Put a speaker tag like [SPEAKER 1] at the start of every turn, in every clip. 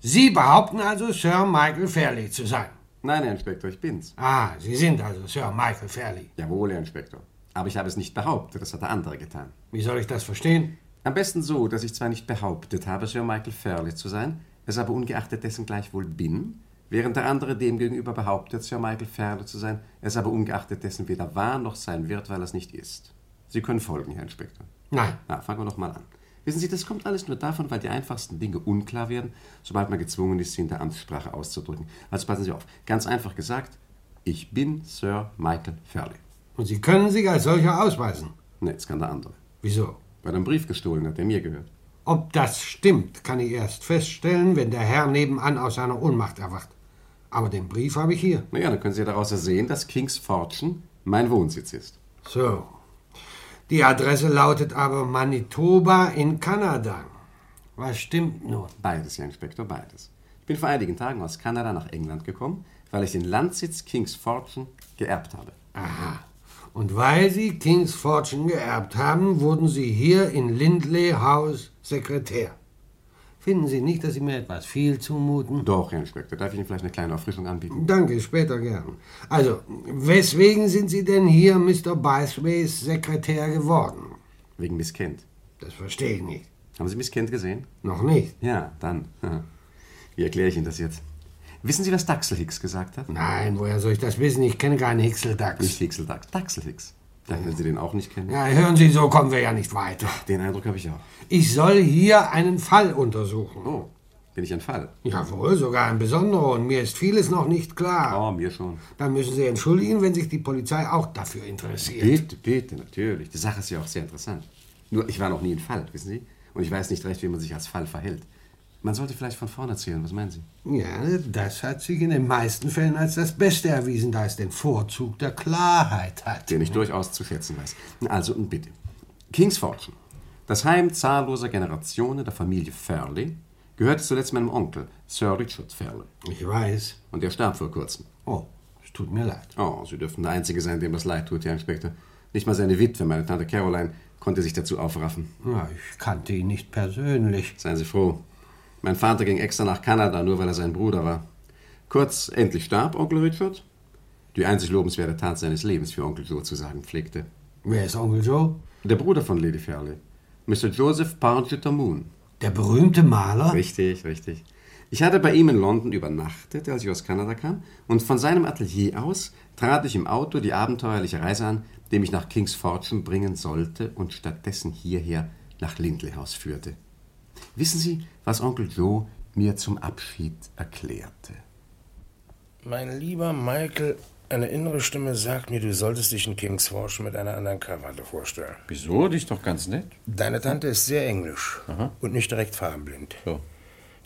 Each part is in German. [SPEAKER 1] Sie behaupten also, Sir Michael Fairley zu sein.
[SPEAKER 2] Nein, Herr Inspektor, ich bin's.
[SPEAKER 1] Ah, Sie sind also Sir Michael Fairley.
[SPEAKER 2] Jawohl, Herr Inspektor. Aber ich habe es nicht behauptet, das hat der andere getan.
[SPEAKER 1] Wie soll ich das verstehen?
[SPEAKER 2] Am besten so, dass ich zwar nicht behauptet habe, Sir Michael Fairley zu sein, es aber ungeachtet dessen gleichwohl bin, während der andere demgegenüber behauptet, Sir Michael Fairley zu sein, es aber ungeachtet dessen weder war noch sein wird, weil er es nicht ist. Sie können folgen, Herr Inspektor.
[SPEAKER 1] Nein.
[SPEAKER 2] Na, fangen wir doch mal an. Wissen Sie, das kommt alles nur davon, weil die einfachsten Dinge unklar werden, sobald man gezwungen ist, sie in der Amtssprache auszudrücken. Also passen Sie auf. Ganz einfach gesagt, ich bin Sir Michael Fairley.
[SPEAKER 1] Und Sie können sich als solcher ausweisen.
[SPEAKER 2] Ne, jetzt kann der andere.
[SPEAKER 1] Wieso?
[SPEAKER 2] Weil er einen Brief gestohlen hat, der mir gehört.
[SPEAKER 1] Ob das stimmt, kann ich erst feststellen, wenn der Herr nebenan aus seiner Ohnmacht erwacht. Aber den Brief habe ich hier.
[SPEAKER 2] Naja, dann können Sie daraus ersehen, dass King's Fortune mein Wohnsitz ist.
[SPEAKER 1] So. Die Adresse lautet aber Manitoba in Kanada. Was stimmt nun?
[SPEAKER 2] Beides, Herr Inspektor, beides. Ich bin vor einigen Tagen aus Kanada nach England gekommen, weil ich den Landsitz King's Fortune geerbt habe.
[SPEAKER 1] Aha. Und weil Sie Kings Fortune geerbt haben, wurden Sie hier in Lindley House Sekretär. Finden Sie nicht, dass Sie mir etwas viel zumuten?
[SPEAKER 2] Doch, Herr Inspektor, darf ich Ihnen vielleicht eine kleine Erfrischung anbieten?
[SPEAKER 1] Danke, später gern. Also, weswegen sind Sie denn hier Mr. Bytheways Sekretär geworden?
[SPEAKER 2] Wegen Miss Kent.
[SPEAKER 1] Das verstehe ich nicht.
[SPEAKER 2] Haben Sie Miss Kent gesehen?
[SPEAKER 1] Noch nicht?
[SPEAKER 2] Ja, dann. Wie erkläre ich Ihnen das jetzt? Wissen Sie, was Daxel Hicks gesagt hat?
[SPEAKER 1] Nein, woher soll ich das wissen? Ich kenne keinen Hixeldachs.
[SPEAKER 2] Nicht Hixel Dax, Daxel Hicks. Dann werden Sie den auch nicht kennen.
[SPEAKER 1] Ja, hören Sie, so kommen wir ja nicht weiter.
[SPEAKER 2] Den Eindruck habe ich auch.
[SPEAKER 1] Ich soll hier einen Fall untersuchen.
[SPEAKER 2] Oh, bin ich ein Fall?
[SPEAKER 1] Jawohl, sogar ein besonderer und mir ist vieles noch nicht klar.
[SPEAKER 2] Oh, mir schon.
[SPEAKER 1] Dann müssen Sie entschuldigen, wenn sich die Polizei auch dafür interessiert.
[SPEAKER 2] Bitte, bitte, natürlich. Die Sache ist ja auch sehr interessant. Nur, ich war noch nie ein Fall, wissen Sie? Und ich weiß nicht recht, wie man sich als Fall verhält. Man sollte vielleicht von vorne erzählen, was meinen Sie?
[SPEAKER 1] Ja, das hat sich in den meisten Fällen als das Beste erwiesen, da es den Vorzug der Klarheit hat.
[SPEAKER 2] Den ich durchaus zu schätzen weiß. Also, und bitte. King's Fortune, das Heim zahlloser Generationen der Familie Fairley, gehörte zuletzt meinem Onkel, Sir Richard Fairley.
[SPEAKER 1] Ich weiß.
[SPEAKER 2] Und der starb vor kurzem.
[SPEAKER 1] Oh, es tut mir leid.
[SPEAKER 2] Oh, Sie dürften der Einzige sein, dem das leid tut, Herr Inspektor. Nicht mal seine Witwe, meine Tante Caroline, konnte sich dazu aufraffen.
[SPEAKER 1] Ja, ich kannte ihn nicht persönlich.
[SPEAKER 2] Seien Sie froh. Mein Vater ging extra nach Kanada, nur weil er sein Bruder war. Kurz, endlich starb Onkel Richard. Die einzig lobenswerte Tat seines Lebens, wie Onkel Joe zu sagen pflegte.
[SPEAKER 1] Wer ist Onkel Joe?
[SPEAKER 2] Der Bruder von Lady Fairley, Mr. Joseph Pargeter Moon.
[SPEAKER 1] Der berühmte Maler?
[SPEAKER 2] Richtig, richtig. Ich hatte bei ihm in London übernachtet, als ich aus Kanada kam, und von seinem Atelier aus trat ich im Auto die abenteuerliche Reise an, die mich nach King's Fortune bringen sollte und stattdessen hierher nach Lindley House führte. Wissen Sie, was Onkel Joe mir zum Abschied erklärte?
[SPEAKER 3] Mein lieber Michael, eine innere Stimme sagt mir, du solltest dich in King's Forge mit einer anderen Krawatte vorstellen.
[SPEAKER 4] Wieso? Die ist doch ganz nett.
[SPEAKER 3] Deine Tante ist sehr englisch und nicht direkt farbenblind.
[SPEAKER 4] So.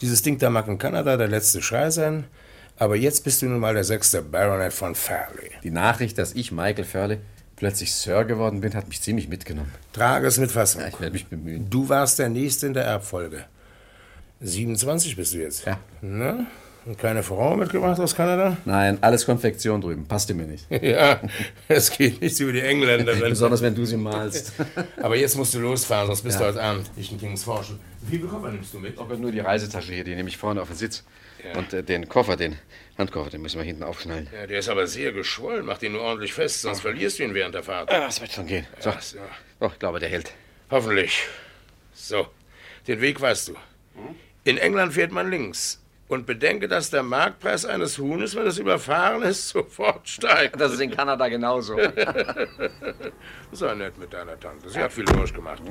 [SPEAKER 3] Dieses Ding da mag in Kanada der letzte Schrei sein, aber jetzt bist du nun mal der sechste Baronet von Fairley.
[SPEAKER 4] Die Nachricht, dass ich, Michael Förle, plötzlich Sir geworden bin, hat mich ziemlich mitgenommen.
[SPEAKER 3] Trage es mit Fassung.
[SPEAKER 4] Ja, ich werde mich bemühen.
[SPEAKER 3] Du warst der Nächste in der Erbfolge. 27 bist du jetzt.
[SPEAKER 4] Ja.
[SPEAKER 3] Na? Und keine Frau mitgebracht aus Kanada?
[SPEAKER 4] Nein, alles Konfektion drüben. Passte mir nicht.
[SPEAKER 3] Ja, es geht nichts über die Engländer.
[SPEAKER 4] Besonders wenn du sie malst.
[SPEAKER 3] Aber jetzt musst du losfahren, sonst bist du heute Abend nicht in Kings Forschen. Wie viel Koffer nimmst du mit?
[SPEAKER 4] Aber nur die Reisetasche hier, die nehme ich vorne auf den Sitz. Und äh, den Koffer, den Handkoffer, den müssen wir hinten aufschnallen.
[SPEAKER 3] Ja, der ist aber sehr geschwollen. Mach den nur ordentlich fest, sonst verlierst du ihn während der Fahrt.
[SPEAKER 4] Ah, das wird schon gehen. So.
[SPEAKER 3] so.
[SPEAKER 4] Doch, ich glaube, der hält.
[SPEAKER 3] Hoffentlich. So, den Weg weißt du.
[SPEAKER 4] Hm?
[SPEAKER 3] In England fährt man links. Und bedenke, dass der Marktpreis eines Huhnes, wenn es überfahren ist, sofort steigt.
[SPEAKER 4] Das ist in Kanada genauso.
[SPEAKER 3] Sei nett mit deiner Tante. Sie hat viel durchgemacht.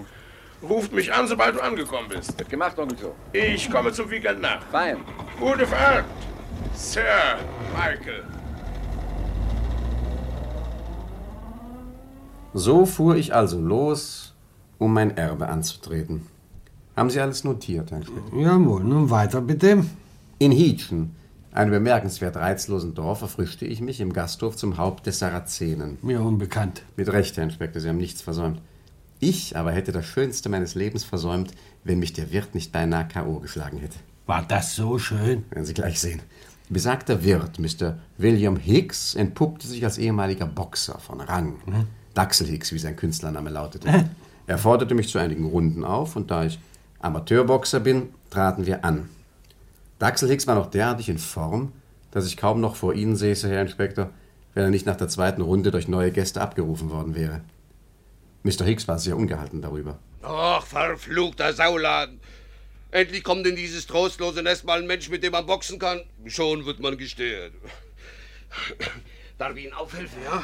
[SPEAKER 3] Ruft mich an, sobald du angekommen bist.
[SPEAKER 4] Hm? Gemacht, Onkel Joe.
[SPEAKER 3] Ich komme zum Weekend nach.
[SPEAKER 4] Fein.
[SPEAKER 3] Gute Fahrt, Sir Michael.
[SPEAKER 2] So fuhr ich also los, um mein Erbe anzutreten. Haben Sie alles notiert, Herr Inspektor?
[SPEAKER 1] Jawohl, nun weiter bitte.
[SPEAKER 2] In Hietschen, einem bemerkenswert reizlosen Dorf, erfrischte ich mich im Gasthof zum Haupt des Sarazenen.
[SPEAKER 1] Mir unbekannt.
[SPEAKER 2] Mit Recht, Herr Inspektor, Sie haben nichts versäumt. Ich aber hätte das Schönste meines Lebens versäumt, wenn mich der Wirt nicht beinahe K.O. geschlagen hätte.
[SPEAKER 1] War das so schön?
[SPEAKER 2] Werden Sie gleich sehen. Besagter Wirt, Mr. William Hicks, entpuppte sich als ehemaliger Boxer von Rang.
[SPEAKER 1] Hm.
[SPEAKER 2] Daxel Hicks, wie sein Künstlername lautete. er forderte mich zu einigen Runden auf und da ich Amateurboxer bin, traten wir an.
[SPEAKER 5] Daxel Hicks war noch derartig in Form, dass ich kaum noch vor Ihnen säße, Herr Inspektor, wenn er nicht nach der zweiten Runde durch neue Gäste abgerufen worden wäre. Mr. Hicks war sehr ungehalten darüber.
[SPEAKER 6] Och, verfluchter Sauladen. Endlich kommt in dieses trostlose Nest mal ein Mensch, mit dem man boxen kann. Schon wird man gestört. Darf ich Ihnen aufhelfen, ja?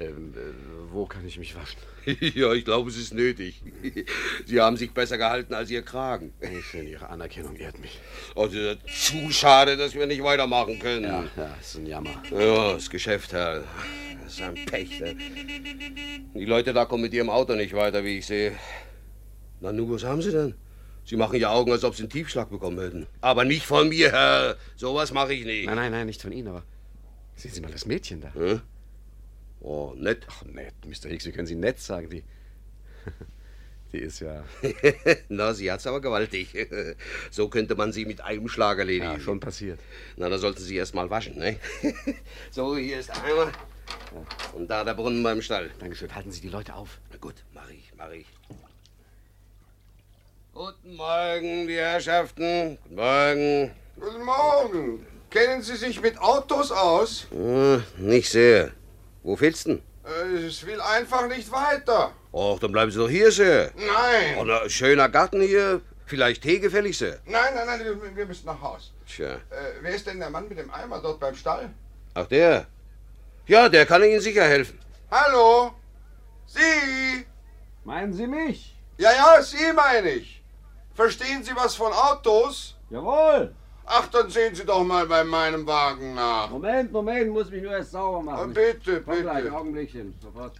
[SPEAKER 2] Ähm, äh, wo kann ich mich waschen?
[SPEAKER 6] Ja, ich glaube, es ist nötig. Sie haben sich besser gehalten als Ihr Kragen.
[SPEAKER 2] Ich finde Ihre Anerkennung ehrt mich.
[SPEAKER 6] Also, zu schade, dass wir nicht weitermachen können.
[SPEAKER 2] Ja, ja, ist ein Jammer.
[SPEAKER 6] Ja, das Geschäft, Herr. Das ist ein Pech. Ne? Die Leute da kommen mit ihrem Auto nicht weiter, wie ich sehe. Na nun, was haben Sie denn? Sie machen ja Augen, als ob Sie einen Tiefschlag bekommen hätten. Aber nicht von mir, Herr. Sowas mache ich nicht.
[SPEAKER 2] Nein, nein, nein, nicht von Ihnen, aber sehen Sie mal das Mädchen da.
[SPEAKER 6] Hä? Oh, nett.
[SPEAKER 2] Ach, nett, Mr. Hicks, wie können Sie nett sagen? Die, die ist ja,
[SPEAKER 6] Na, Sie hat's aber gewaltig. So könnte man Sie mit einem Schlag erledigen.
[SPEAKER 2] ja schon passiert.
[SPEAKER 6] Na, da sollten Sie erst mal waschen, ne? So, hier ist der Eimer. Und da der Brunnen beim Stall.
[SPEAKER 2] Dankeschön. Halten Sie die Leute auf.
[SPEAKER 6] Na gut, mach ich, mach ich. Guten Morgen, die Herrschaften. Guten Morgen.
[SPEAKER 7] Guten Morgen. Kennen Sie sich mit Autos aus?
[SPEAKER 6] Äh, nicht sehr. Wo fehlst denn?
[SPEAKER 7] Äh, Ich will einfach nicht weiter.
[SPEAKER 6] Och, dann bleiben Sie doch hier, Sir.
[SPEAKER 7] Nein.
[SPEAKER 6] Oder schöner Garten hier. Vielleicht Tee gefällig, Sir.
[SPEAKER 7] Nein, nein, nein, wir, wir müssen nach Haus.
[SPEAKER 6] Tja.
[SPEAKER 7] Äh, wer ist denn der Mann mit dem Eimer dort beim Stall?
[SPEAKER 6] Ach, der. Ja, der kann Ihnen sicher helfen.
[SPEAKER 7] Hallo? Sie?
[SPEAKER 1] Meinen Sie mich?
[SPEAKER 7] Ja, ja, Sie meine ich. Verstehen Sie was von Autos?
[SPEAKER 1] Jawohl!
[SPEAKER 7] Ach, dann sehen Sie doch mal bei meinem Wagen nach.
[SPEAKER 1] Moment, Moment, muss mich nur erst sauber
[SPEAKER 7] Äh,
[SPEAKER 1] machen.
[SPEAKER 7] bitte,
[SPEAKER 1] Komm gleich,
[SPEAKER 7] bitte.
[SPEAKER 1] Augenblickchen, sofort.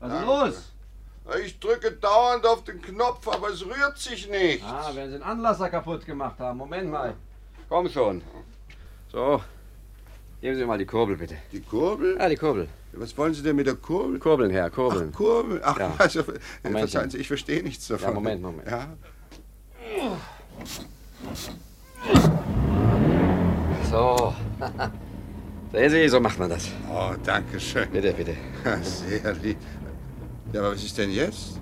[SPEAKER 1] Was ist
[SPEAKER 7] Danke.
[SPEAKER 1] los?
[SPEAKER 7] Ich drücke dauernd auf den Knopf, aber es rührt sich nicht.
[SPEAKER 1] Ah, werden Sie den Anlasser kaputt gemacht haben. Moment mal.
[SPEAKER 2] Komm schon. So, geben Sie mir mal die Kurbel, bitte.
[SPEAKER 7] Die Kurbel?
[SPEAKER 2] Ja, die Kurbel.
[SPEAKER 7] Was wollen Sie denn mit der Kurbel?
[SPEAKER 2] Kurbeln, Herr, kurbeln.
[SPEAKER 7] Ach, Kurbel. Ach,
[SPEAKER 2] Ja.
[SPEAKER 7] also,
[SPEAKER 2] Momentchen.
[SPEAKER 7] verzeihen Sie, ich verstehe nichts davon.
[SPEAKER 2] Ja, Moment, Moment.
[SPEAKER 7] Ja,
[SPEAKER 2] So. Sehen Sie, so macht man das.
[SPEAKER 7] oh, danke schön.
[SPEAKER 2] Bitte, bitte.
[SPEAKER 7] Sehr lieb. Ja, aber was ist denn jetzt?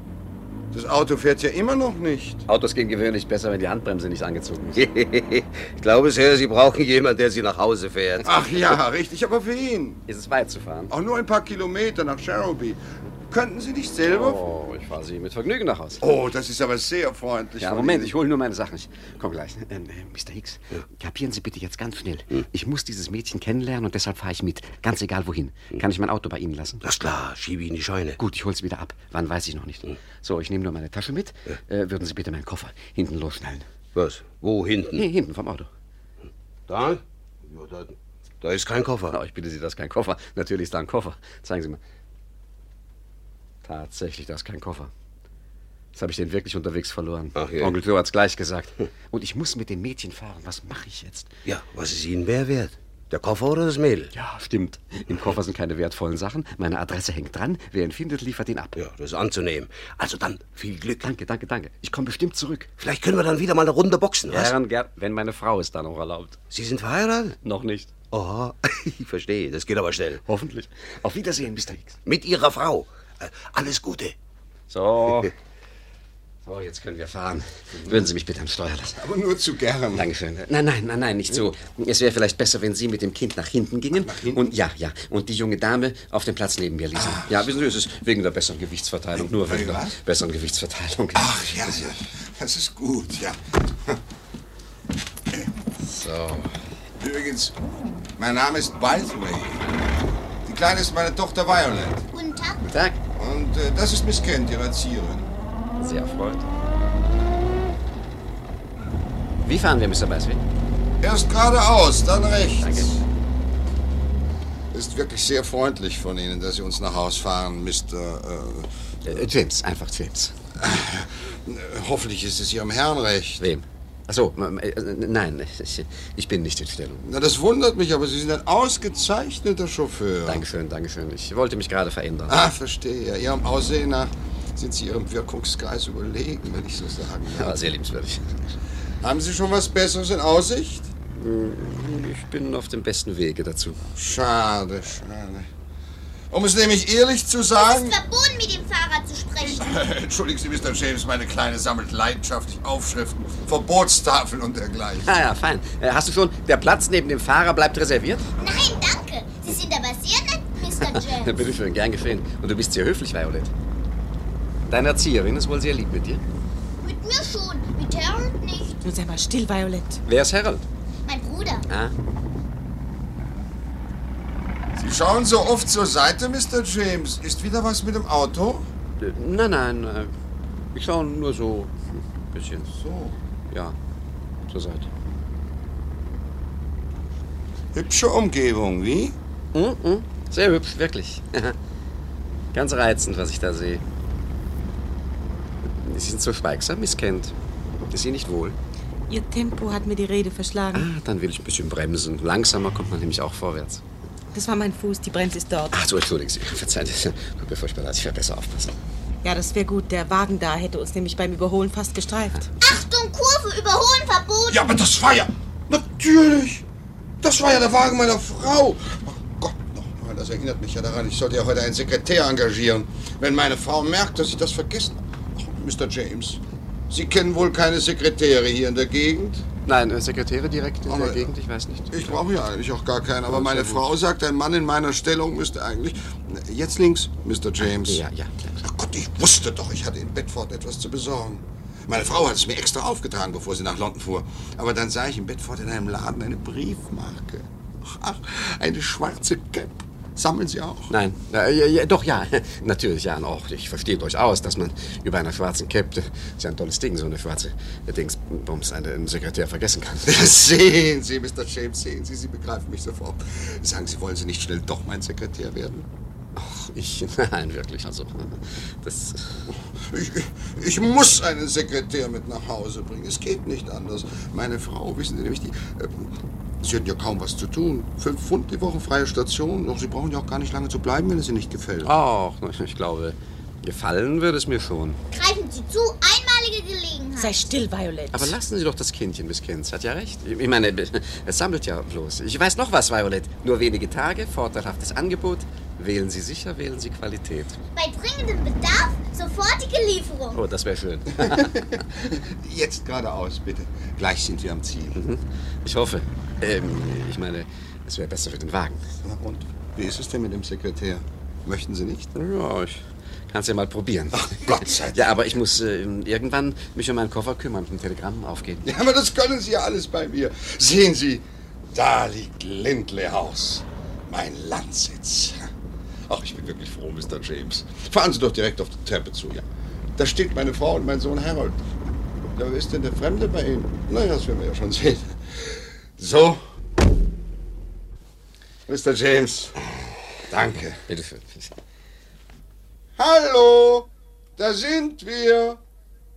[SPEAKER 7] Das Auto fährt ja immer noch nicht.
[SPEAKER 2] Autos gehen gewöhnlich besser, wenn die Handbremse nicht angezogen ist.
[SPEAKER 6] ich glaube, Sir, Sie brauchen jemanden, der Sie nach Hause fährt.
[SPEAKER 7] Ach ja, richtig, aber für ihn.
[SPEAKER 2] Ist es weit zu fahren?
[SPEAKER 7] Auch nur ein paar Kilometer nach Cherubi. Könnten Sie nicht selber?
[SPEAKER 2] Oh, ich fahre Sie mit Vergnügen nach Hause.
[SPEAKER 7] Oh, das ist aber sehr freundlich.
[SPEAKER 2] Ja,
[SPEAKER 7] von
[SPEAKER 2] Moment,
[SPEAKER 7] Ihnen.
[SPEAKER 2] ich hole nur meine Sachen. Ich komm gleich. Ähm, äh, Mr. Hicks, kapieren Sie bitte jetzt ganz schnell.
[SPEAKER 6] Hm.
[SPEAKER 2] Ich muss dieses Mädchen kennenlernen und deshalb fahre ich mit. Ganz egal wohin. Kann ich mein Auto bei Ihnen lassen?
[SPEAKER 6] Hm. Das ist klar, schiebe ich in die Scheune. Hm.
[SPEAKER 2] Gut, ich hol's wieder ab. Wann weiß ich noch nicht. So, ich nehme nur meine Tasche mit. Äh, würden Sie bitte meinen Koffer hinten losschnallen?
[SPEAKER 6] Was? Wo hinten?
[SPEAKER 2] Nee, hinten vom Auto.
[SPEAKER 6] Da? Ja, da, da ist kein Koffer.
[SPEAKER 2] Na, Genau, ich bitte Sie, das ist kein Koffer. Natürlich ist da ein Koffer. Zeigen Sie mal. Tatsächlich, da ist kein Koffer. Jetzt habe ich den wirklich unterwegs verloren.
[SPEAKER 6] Ach je. Hm.
[SPEAKER 2] Onkel Klo hat's gleich gesagt. Und ich muss mit dem Mädchen fahren. Was mache ich jetzt?
[SPEAKER 6] Ja, was ist Ihnen mehr wert? Der Koffer oder das Mädel?
[SPEAKER 2] Ja, stimmt. Im Koffer sind keine wertvollen Sachen. Meine Adresse hängt dran. Wer ihn findet, liefert ihn ab.
[SPEAKER 6] Ja, das ist anzunehmen. Also dann, viel Glück.
[SPEAKER 2] Danke, danke, danke. Ich komme bestimmt zurück.
[SPEAKER 6] Vielleicht können wir dann wieder mal eine Runde boxen, was?
[SPEAKER 2] Herren, gern, wenn meine Frau es da noch erlaubt.
[SPEAKER 6] Sie sind verheiratet?
[SPEAKER 2] Noch nicht.
[SPEAKER 6] Oh, ich verstehe. Das geht aber schnell.
[SPEAKER 2] Hoffentlich. Auf Wiedersehen, Mr. Hicks.
[SPEAKER 6] Mit Ihrer Frau. Äh, Alles Gute.
[SPEAKER 2] So. So, jetzt können wir fahren. Würden Sie mich bitte am Steuer lassen?
[SPEAKER 7] Aber nur zu gern.
[SPEAKER 2] Dankeschön. Nein, nein, nein, nein, nicht so. Es wäre vielleicht besser, wenn Sie mit dem Kind nach hinten gingen. Und ja, ja. Und die junge Dame auf dem Platz neben mir ließen. Ja, wissen Sie, es ist wegen der besseren Gewichtsverteilung. Nur wegen der
[SPEAKER 7] was?
[SPEAKER 2] besseren Gewichtsverteilung.
[SPEAKER 7] Ach ja, ja, das ist gut, ja.
[SPEAKER 2] So.
[SPEAKER 7] Übrigens, mein Name ist Baldway. Die Kleine ist meine Tochter Violet.
[SPEAKER 8] Guten Tag.
[SPEAKER 2] Tag.
[SPEAKER 7] Und äh, das ist Miss Kent, ihre Erzieherin.
[SPEAKER 2] Sehr erfreut. Wie fahren wir, Mr. Beisweg?
[SPEAKER 7] Erst geradeaus, dann rechts.
[SPEAKER 2] Danke.
[SPEAKER 7] Ist wirklich sehr freundlich von Ihnen, dass Sie uns nach Haus fahren, Mr.
[SPEAKER 2] Äh, James, einfach James.
[SPEAKER 7] Äh, hoffentlich ist es Ihrem Herrn recht.
[SPEAKER 2] Wem? Achso, äh, nein, ich, ich bin nicht in Stellung.
[SPEAKER 7] Na, das wundert mich, aber Sie sind ein ausgezeichneter Chauffeur.
[SPEAKER 2] Dankeschön, Dankeschön. Ich wollte mich gerade verändern.
[SPEAKER 7] Ah, verstehe. Ihrem Aussehen nach sind Sie Ihrem Wirkungskreis überlegen, wenn ich so sagen darf.
[SPEAKER 2] Aber sehr liebenswürdig.
[SPEAKER 7] Haben Sie schon was Besseres in Aussicht?
[SPEAKER 2] Hm, Ich bin auf dem besten Wege dazu.
[SPEAKER 7] Schade, schade. Um es nämlich ehrlich zu
[SPEAKER 9] Es
[SPEAKER 7] sagen.
[SPEAKER 9] ist verboten, mit dem Fahrer zu sprechen.
[SPEAKER 7] Entschuldigen Sie, Mr. James, meine Kleine sammelt leidenschaftlich Aufschriften, Verbotstafeln und dergleichen.
[SPEAKER 2] Ah ja, fein. Äh, Hast du schon, der Platz neben dem Fahrer bleibt reserviert?
[SPEAKER 9] Nein, danke. Sie sind aber sehr nett, Mr. James.
[SPEAKER 2] Bitte schön, gern geschehen. Und du bist sehr höflich, Violet. Deine Erzieherin ist wohl sehr lieb mit dir.
[SPEAKER 9] Mit mir schon, mit Harold nicht.
[SPEAKER 10] Nun sei mal still, Violet.
[SPEAKER 2] Wer ist Harold?
[SPEAKER 9] Mein Bruder.
[SPEAKER 2] Ah,
[SPEAKER 7] Sie schauen so oft zur Seite, Mr. James. Ist wieder was mit dem Auto?
[SPEAKER 2] äh, nein, nein. äh, Ich schaue nur so ein bisschen,
[SPEAKER 7] So.
[SPEAKER 2] ja, zur Seite.
[SPEAKER 7] Hübsche Umgebung, wie?
[SPEAKER 2] Mhm, mhm. Sehr hübsch, wirklich. Ganz reizend, was ich da sehe. Sie sind so schweigsam, Miss Kent. Ist Ihnen nicht wohl?
[SPEAKER 10] Ihr Tempo hat mir die Rede verschlagen.
[SPEAKER 2] Ah, dann will ich ein bisschen bremsen. Langsamer kommt man nämlich auch vorwärts.
[SPEAKER 10] Das war mein Fuß, die Bremse ist dort.
[SPEAKER 2] Ach so, entschuldigen Sie. Verzeihen Sie. Tut mir furchtbar leid. Ich werde besser aufpassen.
[SPEAKER 10] Ja, das wäre gut. Der Wagen da hätte uns nämlich beim Überholen fast gestreift.
[SPEAKER 9] Achtung, Kurve, überholen verboten.
[SPEAKER 7] Ja, aber das war ja. Natürlich! Das war ja der Wagen meiner Frau! Ach Gott nochmal, das erinnert mich ja daran. Ich sollte ja heute einen Sekretär engagieren. Wenn meine Frau merkt, dass ich das vergessen habe. Ach, Mr. James, Sie kennen wohl keine Sekretäre hier in der Gegend?
[SPEAKER 2] Nein, äh, Sekretäre direkt in
[SPEAKER 7] Aber,
[SPEAKER 2] der
[SPEAKER 7] äh,
[SPEAKER 2] Gegend, ich weiß nicht.
[SPEAKER 7] Ich brauche ja eigentlich auch gar keinen, aber meine Frau sagt, ein Mann in meiner Stellung müsste eigentlich. Jetzt links, Mr. James.
[SPEAKER 2] Ja, ja, klar.
[SPEAKER 7] Ach Gott, ich wusste doch, ich hatte in Bedford etwas zu besorgen. Meine Frau hat es mir extra aufgetan, bevor sie nach London fuhr. Aber dann sah ich in Bedford in einem Laden eine Briefmarke. Ach, Ach, eine schwarze Cap. Sammeln Sie auch?
[SPEAKER 2] Nein, äh, ja, ja, doch, ja, natürlich, ja, auch. Ich verstehe durchaus, dass man über einer schwarzen Cap, das ist ja ein tolles Ding, so eine schwarze äh, Dingsbums, eine- einen Sekretär vergessen kann.
[SPEAKER 7] Sehen Sie, Mr. James, sehen Sie, Sie begreifen mich sofort. Sagen Sie, wollen Sie nicht schnell doch mein Sekretär werden?
[SPEAKER 2] Ach, ich, nein, wirklich, also, das,
[SPEAKER 7] Ich, ich muss einen Sekretär mit nach Hause bringen. Es geht nicht anders. Meine Frau, wissen Sie nämlich, die. Äh, Sie hätten ja kaum was zu tun. Fünf Pfund die Woche freie Station. Doch Sie brauchen ja auch gar nicht lange zu bleiben, wenn es Ihnen nicht gefällt.
[SPEAKER 2] auch, ich glaube, gefallen würde es mir schon.
[SPEAKER 9] Greifen Sie zu, einmalige Gelegenheit.
[SPEAKER 10] Sei still, Violet.
[SPEAKER 2] Aber lassen Sie doch das Kindchen, Miss Kenz, hat ja recht. Ich meine, es sammelt ja bloß. Ich weiß noch was, Violet, nur wenige Tage, vorteilhaftes Angebot. Wählen Sie sicher, wählen Sie Qualität.
[SPEAKER 9] Bei dringendem Bedarf sofortige Lieferung.
[SPEAKER 2] Oh, das wäre schön.
[SPEAKER 7] Jetzt geradeaus, bitte. Gleich sind wir am Ziel.
[SPEAKER 2] Mhm. Ich hoffe. Ähm, ich meine, es wäre besser für den Wagen.
[SPEAKER 7] Na und? Wie ist es denn mit dem Sekretär? Möchten Sie nicht?
[SPEAKER 2] Ja, ich kann es ja mal probieren. Ach,
[SPEAKER 7] Gott sei
[SPEAKER 2] Ja, aber ich muss äh, irgendwann mich um meinen Koffer kümmern und ein Telegramm aufgeben.
[SPEAKER 7] Ja, aber das können Sie ja alles bei mir. Sehen Sie, da liegt Lindley House, mein Landsitz. Ach, ich bin wirklich froh, Mr. James. Fahren Sie doch direkt auf die Treppe zu, ja. Da steht meine Frau und mein Sohn Harold. Ja, wer ist denn der Fremde bei Ihnen? Na ja, das werden wir ja schon sehen. So. Mr. James. Danke.
[SPEAKER 2] Bitte schön.
[SPEAKER 7] Hallo, da sind wir.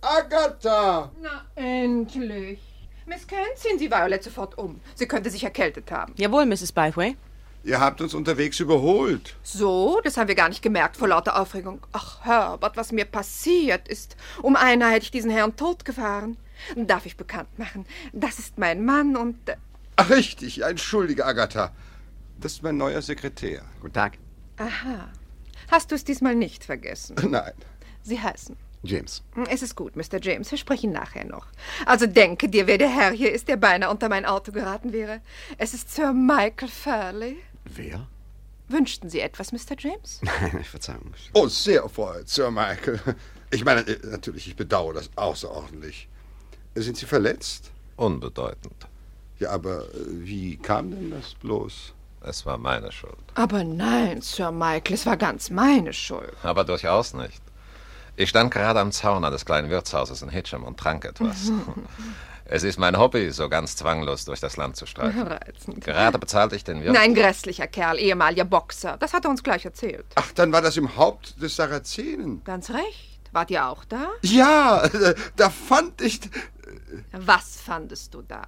[SPEAKER 7] Agatha.
[SPEAKER 11] Na, endlich. Miss Kent, ziehen Sie Violet sofort um. Sie könnte sich erkältet haben.
[SPEAKER 10] Jawohl, Mrs. Bythway.
[SPEAKER 7] Ihr habt uns unterwegs überholt.
[SPEAKER 11] So, das haben wir gar nicht gemerkt vor lauter Aufregung. Ach, Herbert, was mir passiert ist. Um einer hätte ich diesen Herrn totgefahren. Darf ich bekannt machen? Das ist mein Mann und... äh,
[SPEAKER 7] Ach, richtig. Ja, Entschuldige, Agatha. Das ist mein neuer Sekretär.
[SPEAKER 2] Guten Tag.
[SPEAKER 11] Aha. Hast du es diesmal nicht vergessen?
[SPEAKER 7] Nein.
[SPEAKER 11] Sie heißen.
[SPEAKER 2] James.
[SPEAKER 11] Es ist gut, Mr. James. Wir sprechen nachher noch. Also denke dir, wer der Herr hier ist, der beinahe unter mein Auto geraten wäre. Es ist Sir Michael Fairley.
[SPEAKER 2] Wer?
[SPEAKER 11] Wünschten Sie etwas, Mr. James?
[SPEAKER 2] Verzeihung.
[SPEAKER 7] Oh, sehr erfreut, Sir Michael. Ich meine, äh, natürlich, ich bedauere das außerordentlich. Sind Sie verletzt?
[SPEAKER 12] Unbedeutend.
[SPEAKER 7] Ja, aber äh, wie kam denn das bloß?
[SPEAKER 12] Es war meine Schuld.
[SPEAKER 11] Aber nein, Sir Michael, es war ganz meine Schuld.
[SPEAKER 12] Aber durchaus nicht. Ich stand gerade am Zaun eines kleinen Wirtshauses in Hitchem und trank etwas.
[SPEAKER 11] Mhm.
[SPEAKER 12] es ist mein Hobby, so ganz zwanglos durch das Land zu streifen.
[SPEAKER 11] Reizend.
[SPEAKER 12] Gerade bezahlte ich den Wirt.
[SPEAKER 11] Nein, grässlicher Kerl, ehemaliger Boxer. Das hat er uns gleich erzählt.
[SPEAKER 7] Ach, dann war das im Haupt des Sarazenen.
[SPEAKER 11] Ganz recht. Wart ihr auch da?
[SPEAKER 7] Ja, äh, da fand ich. äh,
[SPEAKER 11] Was fandest du da?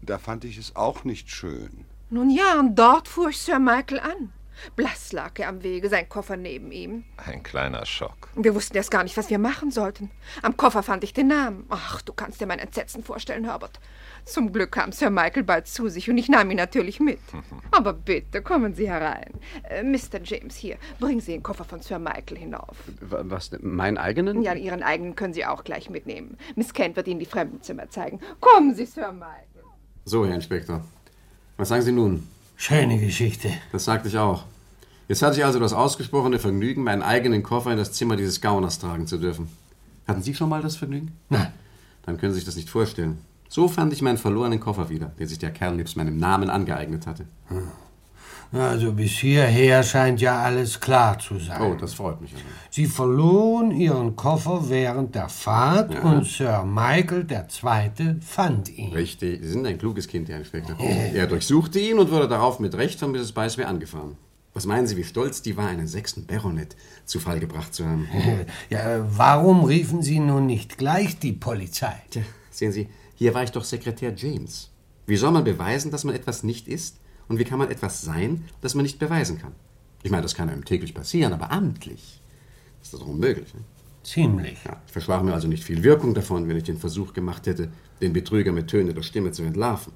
[SPEAKER 7] Da fand ich es auch nicht schön.
[SPEAKER 11] Nun ja, und dort fuhr ich Sir Michael an. Blass lag er am Wege, sein Koffer neben ihm.
[SPEAKER 13] Ein kleiner Schock.
[SPEAKER 11] Wir wussten erst gar nicht, was wir machen sollten. Am Koffer fand ich den Namen. Ach, du kannst dir mein Entsetzen vorstellen, Herbert. Zum Glück kam Sir Michael bald zu sich und ich nahm ihn natürlich mit. Aber bitte, kommen Sie herein. Äh, Mr. James, hier, bringen Sie den Koffer von Sir Michael hinauf.
[SPEAKER 2] Wa- Was, meinen eigenen?
[SPEAKER 11] Ja, Ihren eigenen können Sie auch gleich mitnehmen. Miss Kent wird Ihnen die Fremdenzimmer zeigen. Kommen Sie, Sir Michael.
[SPEAKER 2] So, Herr Inspektor. Was sagen Sie nun?
[SPEAKER 1] Schöne Geschichte.
[SPEAKER 2] Das sagte ich auch. Jetzt hatte ich also das ausgesprochene Vergnügen, meinen eigenen Koffer in das Zimmer dieses Gauners tragen zu dürfen. Hatten Sie schon mal das Vergnügen?
[SPEAKER 1] Nein.
[SPEAKER 2] Dann können Sie sich das nicht vorstellen. So fand ich meinen verlorenen Koffer wieder, den sich der Kerl nebst meinem Namen angeeignet hatte.
[SPEAKER 1] Hm. Also bis hierher scheint ja alles klar zu sein.
[SPEAKER 2] Oh, das freut mich.
[SPEAKER 1] Sie verloren Ihren Koffer während der Fahrt und Sir Michael II. fand ihn.
[SPEAKER 2] Richtig, Sie sind ein kluges Kind, Herr Inspektor. Er durchsuchte ihn und wurde darauf mit Recht von Mrs. Bysby angefahren. Was meinen Sie, wie stolz die war, einen sechsten Baronet zu Fall gebracht zu haben?
[SPEAKER 1] Ja, äh, warum riefen Sie nun nicht gleich die Polizei?
[SPEAKER 2] Tja, sehen Sie, hier war ich doch Sekretär James. Wie soll man beweisen, dass man etwas nicht ist? Und wie kann man etwas sein, das man nicht beweisen kann? Ich meine, das kann einem täglich passieren, aber amtlich ist das doch unmöglich. Ne?
[SPEAKER 1] Ziemlich.
[SPEAKER 2] Ja, ich versprach mir also nicht viel Wirkung davon, wenn ich den Versuch gemacht hätte, den Betrüger mit Tönen der Stimme zu entlarven.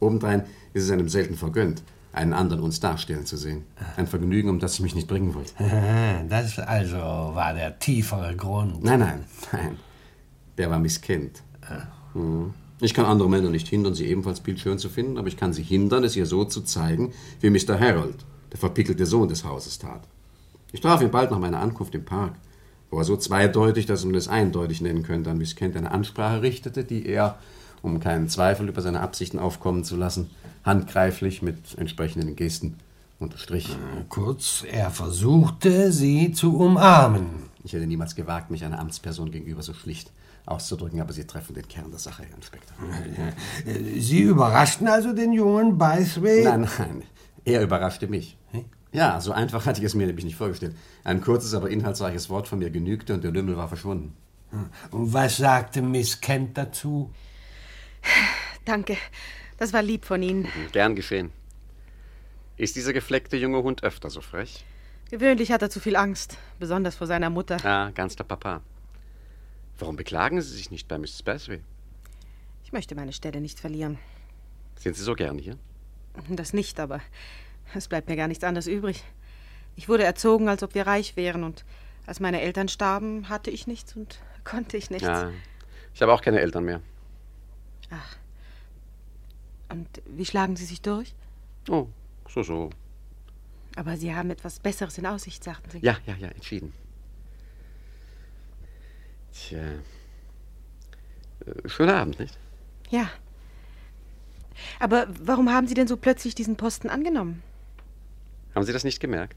[SPEAKER 2] Obendrein ist es einem selten vergönnt, einen anderen uns darstellen zu sehen. Ein Vergnügen, um das ich mich nicht bringen wollte.
[SPEAKER 1] Aha, Das also war der tiefere Grund.
[SPEAKER 2] Nein, nein, nein. Der war misskennt.
[SPEAKER 1] Ah.
[SPEAKER 2] Mhm. Ich kann andere Männer nicht hindern, sie ebenfalls bildschön zu finden, aber ich kann sie hindern, es ihr so zu zeigen, wie Mr. Harold, der verpickelte Sohn des Hauses, tat. Ich traf ihn bald nach meiner Ankunft im Park, wo er so zweideutig, dass man es eindeutig nennen könnte, an Miss Kent eine Ansprache richtete, die er, um keinen Zweifel über seine Absichten aufkommen zu lassen, handgreiflich mit entsprechenden Gesten unterstrich.
[SPEAKER 1] Äh, Kurz, er versuchte, sie zu umarmen.
[SPEAKER 2] Ich hätte niemals gewagt, mich einer Amtsperson gegenüber so schlicht auszudrücken, aber Sie treffen den Kern der Sache, Herr Inspektor.
[SPEAKER 1] Äh, Sie überraschten also den jungen Bysway?
[SPEAKER 2] Nein, nein. Er überraschte mich. Ja, so einfach hatte ich es mir nämlich nicht vorgestellt. Ein kurzes, aber inhaltsreiches Wort von mir genügte und der Lümmel war verschwunden.
[SPEAKER 1] Hm. Und was sagte Miss Kent dazu?
[SPEAKER 10] Danke. Das war lieb von Ihnen.
[SPEAKER 2] Gern geschehen. Ist dieser gefleckte junge Hund öfter so frech?
[SPEAKER 10] Gewöhnlich hat er zu viel Angst, besonders vor seiner Mutter.
[SPEAKER 2] Ja, ganz der Papa. Warum beklagen Sie sich nicht bei Mrs. Basby?
[SPEAKER 10] Ich möchte meine Stelle nicht verlieren.
[SPEAKER 2] Sind Sie so gern hier?
[SPEAKER 10] Das nicht, aber es bleibt mir gar nichts anderes übrig. Ich wurde erzogen, als ob wir reich wären, und als meine Eltern starben, hatte ich nichts und konnte ich nichts.
[SPEAKER 2] Ja. Ich habe auch keine Eltern mehr.
[SPEAKER 10] Ach. Und wie schlagen Sie sich durch?
[SPEAKER 2] Oh, so, so.
[SPEAKER 10] Aber Sie haben etwas Besseres in Aussicht, sagten Sie.
[SPEAKER 2] Ja, ja, ja, entschieden. Tja. Äh, Schöner Abend, nicht?
[SPEAKER 10] Ja. Aber warum haben Sie denn so plötzlich diesen Posten angenommen?
[SPEAKER 2] Haben Sie das nicht gemerkt?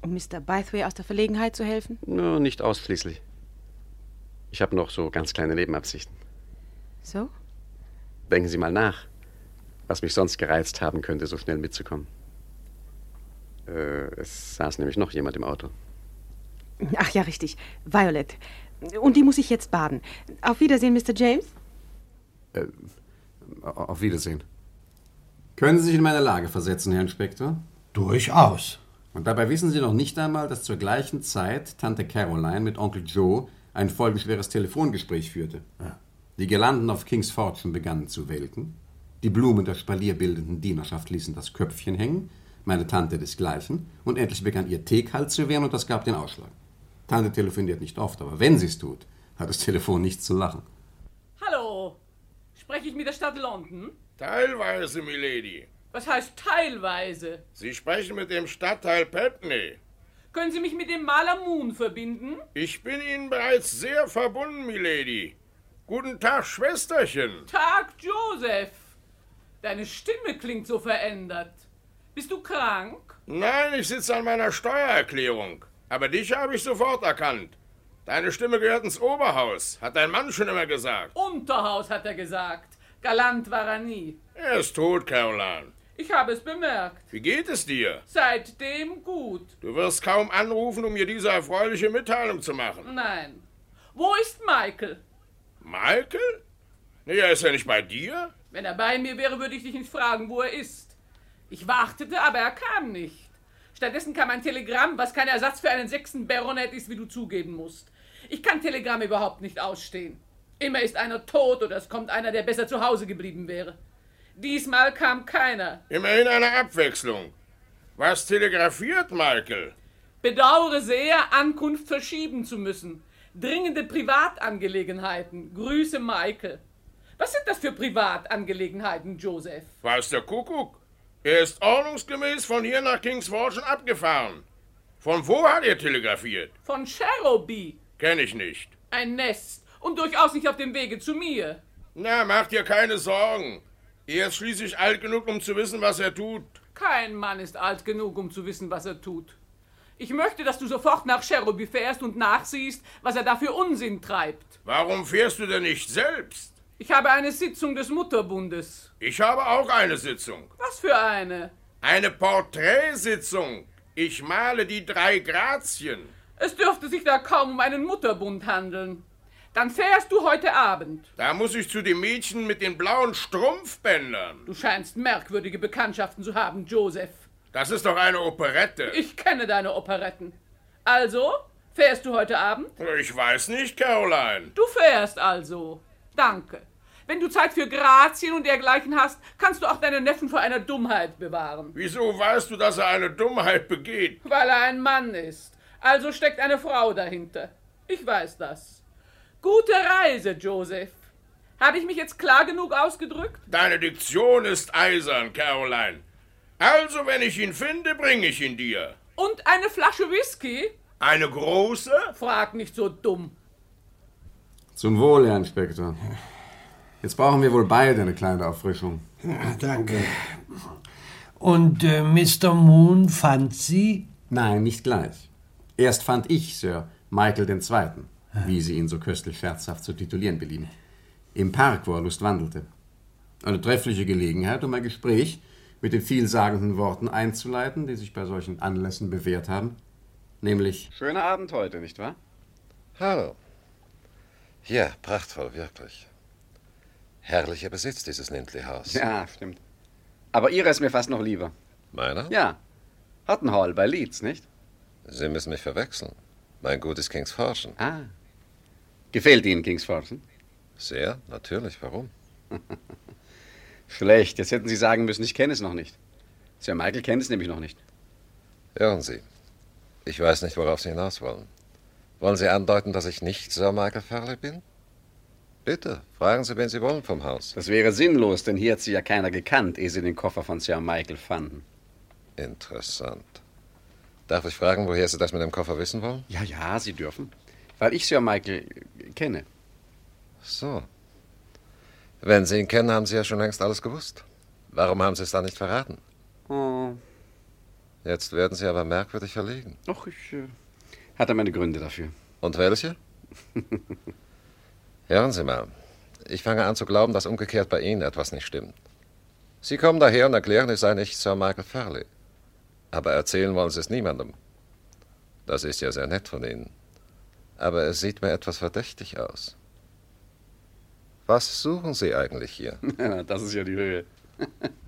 [SPEAKER 10] Um Mr. Bythway aus der Verlegenheit zu helfen?
[SPEAKER 2] Nur nicht ausschließlich. Ich habe noch so ganz kleine Nebenabsichten.
[SPEAKER 10] So?
[SPEAKER 2] Denken Sie mal nach, was mich sonst gereizt haben könnte, so schnell mitzukommen. Äh, es saß nämlich noch jemand im Auto.
[SPEAKER 10] Ach ja, richtig. Violet. Und die muss ich jetzt baden. Auf Wiedersehen, Mr. James.
[SPEAKER 2] Äh, auf Wiedersehen. Können Sie sich in meine Lage versetzen, Herr Inspektor?
[SPEAKER 1] Durchaus.
[SPEAKER 2] Und dabei wissen Sie noch nicht einmal, dass zur gleichen Zeit Tante Caroline mit Onkel Joe ein folgenschweres Telefongespräch führte. Die Girlanden auf King's Fortune begannen zu welken, die Blumen der spalierbildenden Dienerschaft ließen das Köpfchen hängen, meine Tante desgleichen, und endlich begann ihr Teekalt zu werden und das gab den Ausschlag. Tante telefoniert nicht oft, aber wenn sie es tut, hat das Telefon nichts zu lachen.
[SPEAKER 14] Hallo, spreche ich mit der Stadt London?
[SPEAKER 3] Teilweise, Milady.
[SPEAKER 14] Was heißt teilweise?
[SPEAKER 3] Sie sprechen mit dem Stadtteil Putney.
[SPEAKER 14] Können Sie mich mit dem Maler Moon verbinden?
[SPEAKER 3] Ich bin Ihnen bereits sehr verbunden, Milady. Guten Tag, Schwesterchen.
[SPEAKER 14] Tag, Joseph. Deine Stimme klingt so verändert. Bist du krank?
[SPEAKER 3] Nein, ich sitze an meiner Steuererklärung. Aber dich habe ich sofort erkannt. Deine Stimme gehört ins Oberhaus, hat dein Mann schon immer gesagt.
[SPEAKER 14] Unterhaus, hat er gesagt. Galant war er nie.
[SPEAKER 3] Er ist tot, Caroline.
[SPEAKER 14] Ich habe es bemerkt.
[SPEAKER 3] Wie geht es dir?
[SPEAKER 14] Seitdem gut.
[SPEAKER 3] Du wirst kaum anrufen, um mir diese erfreuliche Mitteilung zu machen.
[SPEAKER 14] Nein. Wo ist Michael?
[SPEAKER 3] Michael? Nee, er ist ja nicht bei dir.
[SPEAKER 14] Wenn er bei mir wäre, würde ich dich nicht fragen, wo er ist. Ich wartete, aber er kam nicht. Stattdessen kam ein Telegramm, was kein Ersatz für einen sechsten Baronet ist, wie du zugeben musst. Ich kann Telegramme überhaupt nicht ausstehen. Immer ist einer tot oder es kommt einer, der besser zu Hause geblieben wäre. Diesmal kam keiner.
[SPEAKER 3] Immerhin eine Abwechslung. Was telegrafiert Michael?
[SPEAKER 14] Bedauere sehr, Ankunft verschieben zu müssen. Dringende Privatangelegenheiten. Grüße, Michael. Was sind das für Privatangelegenheiten, Joseph?
[SPEAKER 3] Weiß der Kuckuck? Er ist ordnungsgemäß von hier nach King's Fortune abgefahren. Von wo hat er telegrafiert?
[SPEAKER 14] Von Cherubi.
[SPEAKER 3] Kenn ich nicht.
[SPEAKER 14] Ein Nest. Und durchaus nicht auf dem Wege zu mir.
[SPEAKER 3] Na, mach dir keine Sorgen. Er ist schließlich alt genug, um zu wissen, was er tut.
[SPEAKER 14] Kein Mann ist alt genug, um zu wissen, was er tut. Ich möchte, dass du sofort nach Cherubi fährst und nachsiehst, was er da für Unsinn treibt.
[SPEAKER 3] Warum fährst du denn nicht selbst?
[SPEAKER 14] Ich habe eine Sitzung des Mutterbundes.
[SPEAKER 3] Ich habe auch eine Sitzung.
[SPEAKER 14] Was für eine?
[SPEAKER 3] Eine Porträtsitzung. Ich male die drei Grazien.
[SPEAKER 14] Es dürfte sich da kaum um einen Mutterbund handeln. Dann fährst du heute Abend.
[SPEAKER 3] Da muss ich zu dem Mädchen mit den blauen Strumpfbändern.
[SPEAKER 14] Du scheinst merkwürdige Bekanntschaften zu haben, Joseph.
[SPEAKER 3] Das ist doch eine Operette.
[SPEAKER 14] Ich kenne deine Operetten. Also, fährst du heute Abend?
[SPEAKER 3] Ich weiß nicht, Caroline.
[SPEAKER 14] Du fährst also. Danke. Wenn du Zeit für Grazien und dergleichen hast, kannst du auch deinen Neffen vor einer Dummheit bewahren.
[SPEAKER 3] Wieso weißt du, dass er eine Dummheit begeht?
[SPEAKER 14] Weil er ein Mann ist. Also steckt eine Frau dahinter. Ich weiß das. Gute Reise, Joseph. Habe ich mich jetzt klar genug ausgedrückt?
[SPEAKER 3] Deine Diktion ist eisern, Caroline. Also, wenn ich ihn finde, bringe ich ihn dir.
[SPEAKER 14] Und eine Flasche Whisky?
[SPEAKER 3] Eine große?
[SPEAKER 14] Frag nicht so dumm.
[SPEAKER 2] Zum Wohl, Herr Inspektor. Jetzt brauchen wir wohl beide eine kleine Auffrischung.
[SPEAKER 1] Ja, danke. Und äh, Mr. Moon fand Sie?
[SPEAKER 2] Nein, nicht gleich. Erst fand ich Sir Michael II., wie Sie ihn so köstlich scherzhaft zu titulieren belieben, im Park, wo er Lust wandelte. Eine treffliche Gelegenheit, um ein Gespräch mit den vielsagenden Worten einzuleiten, die sich bei solchen Anlässen bewährt haben, nämlich
[SPEAKER 13] Schöner Abend heute, nicht wahr?
[SPEAKER 12] Hallo. Ja, prachtvoll, wirklich. Herrlicher Besitz, dieses Lindley-Haus.
[SPEAKER 4] Ja, stimmt. Aber Ihre ist mir fast noch lieber.
[SPEAKER 12] Meiner?
[SPEAKER 4] Ja. Hottenhall bei Leeds, nicht?
[SPEAKER 12] Sie müssen mich verwechseln. Mein Gut ist King's Fortune.
[SPEAKER 4] Ah. Gefällt Ihnen King's Fortune?
[SPEAKER 12] Sehr, natürlich. Warum?
[SPEAKER 4] Schlecht. Jetzt hätten Sie sagen müssen, ich kenne es noch nicht. Sir Michael kennt es nämlich noch nicht.
[SPEAKER 12] Hören Sie, ich weiß nicht, worauf Sie hinaus wollen. Wollen Sie andeuten, dass ich nicht Sir Michael Farley bin? Bitte, fragen Sie, wen Sie wollen vom Haus.
[SPEAKER 4] Das wäre sinnlos, denn hier hat Sie ja keiner gekannt, ehe Sie den Koffer von Sir Michael fanden.
[SPEAKER 12] Interessant. Darf ich fragen, woher Sie das mit dem Koffer wissen wollen?
[SPEAKER 4] Ja, ja, Sie dürfen. Weil ich Sir Michael äh, kenne.
[SPEAKER 12] So. Wenn Sie ihn kennen, haben Sie ja schon längst alles gewusst. Warum haben Sie es dann nicht verraten?
[SPEAKER 4] Oh,
[SPEAKER 12] Jetzt werden Sie aber merkwürdig verlegen.
[SPEAKER 4] doch, ich äh, hatte meine Gründe dafür.
[SPEAKER 12] Und welche? Hören Sie mal. Ich fange an zu glauben, dass umgekehrt bei Ihnen etwas nicht stimmt. Sie kommen daher und erklären, ich sei nicht Sir Michael Farley. Aber erzählen wollen Sie es niemandem. Das ist ja sehr nett von Ihnen. Aber es sieht mir etwas verdächtig aus. Was suchen Sie eigentlich hier?
[SPEAKER 4] das ist ja die Höhe.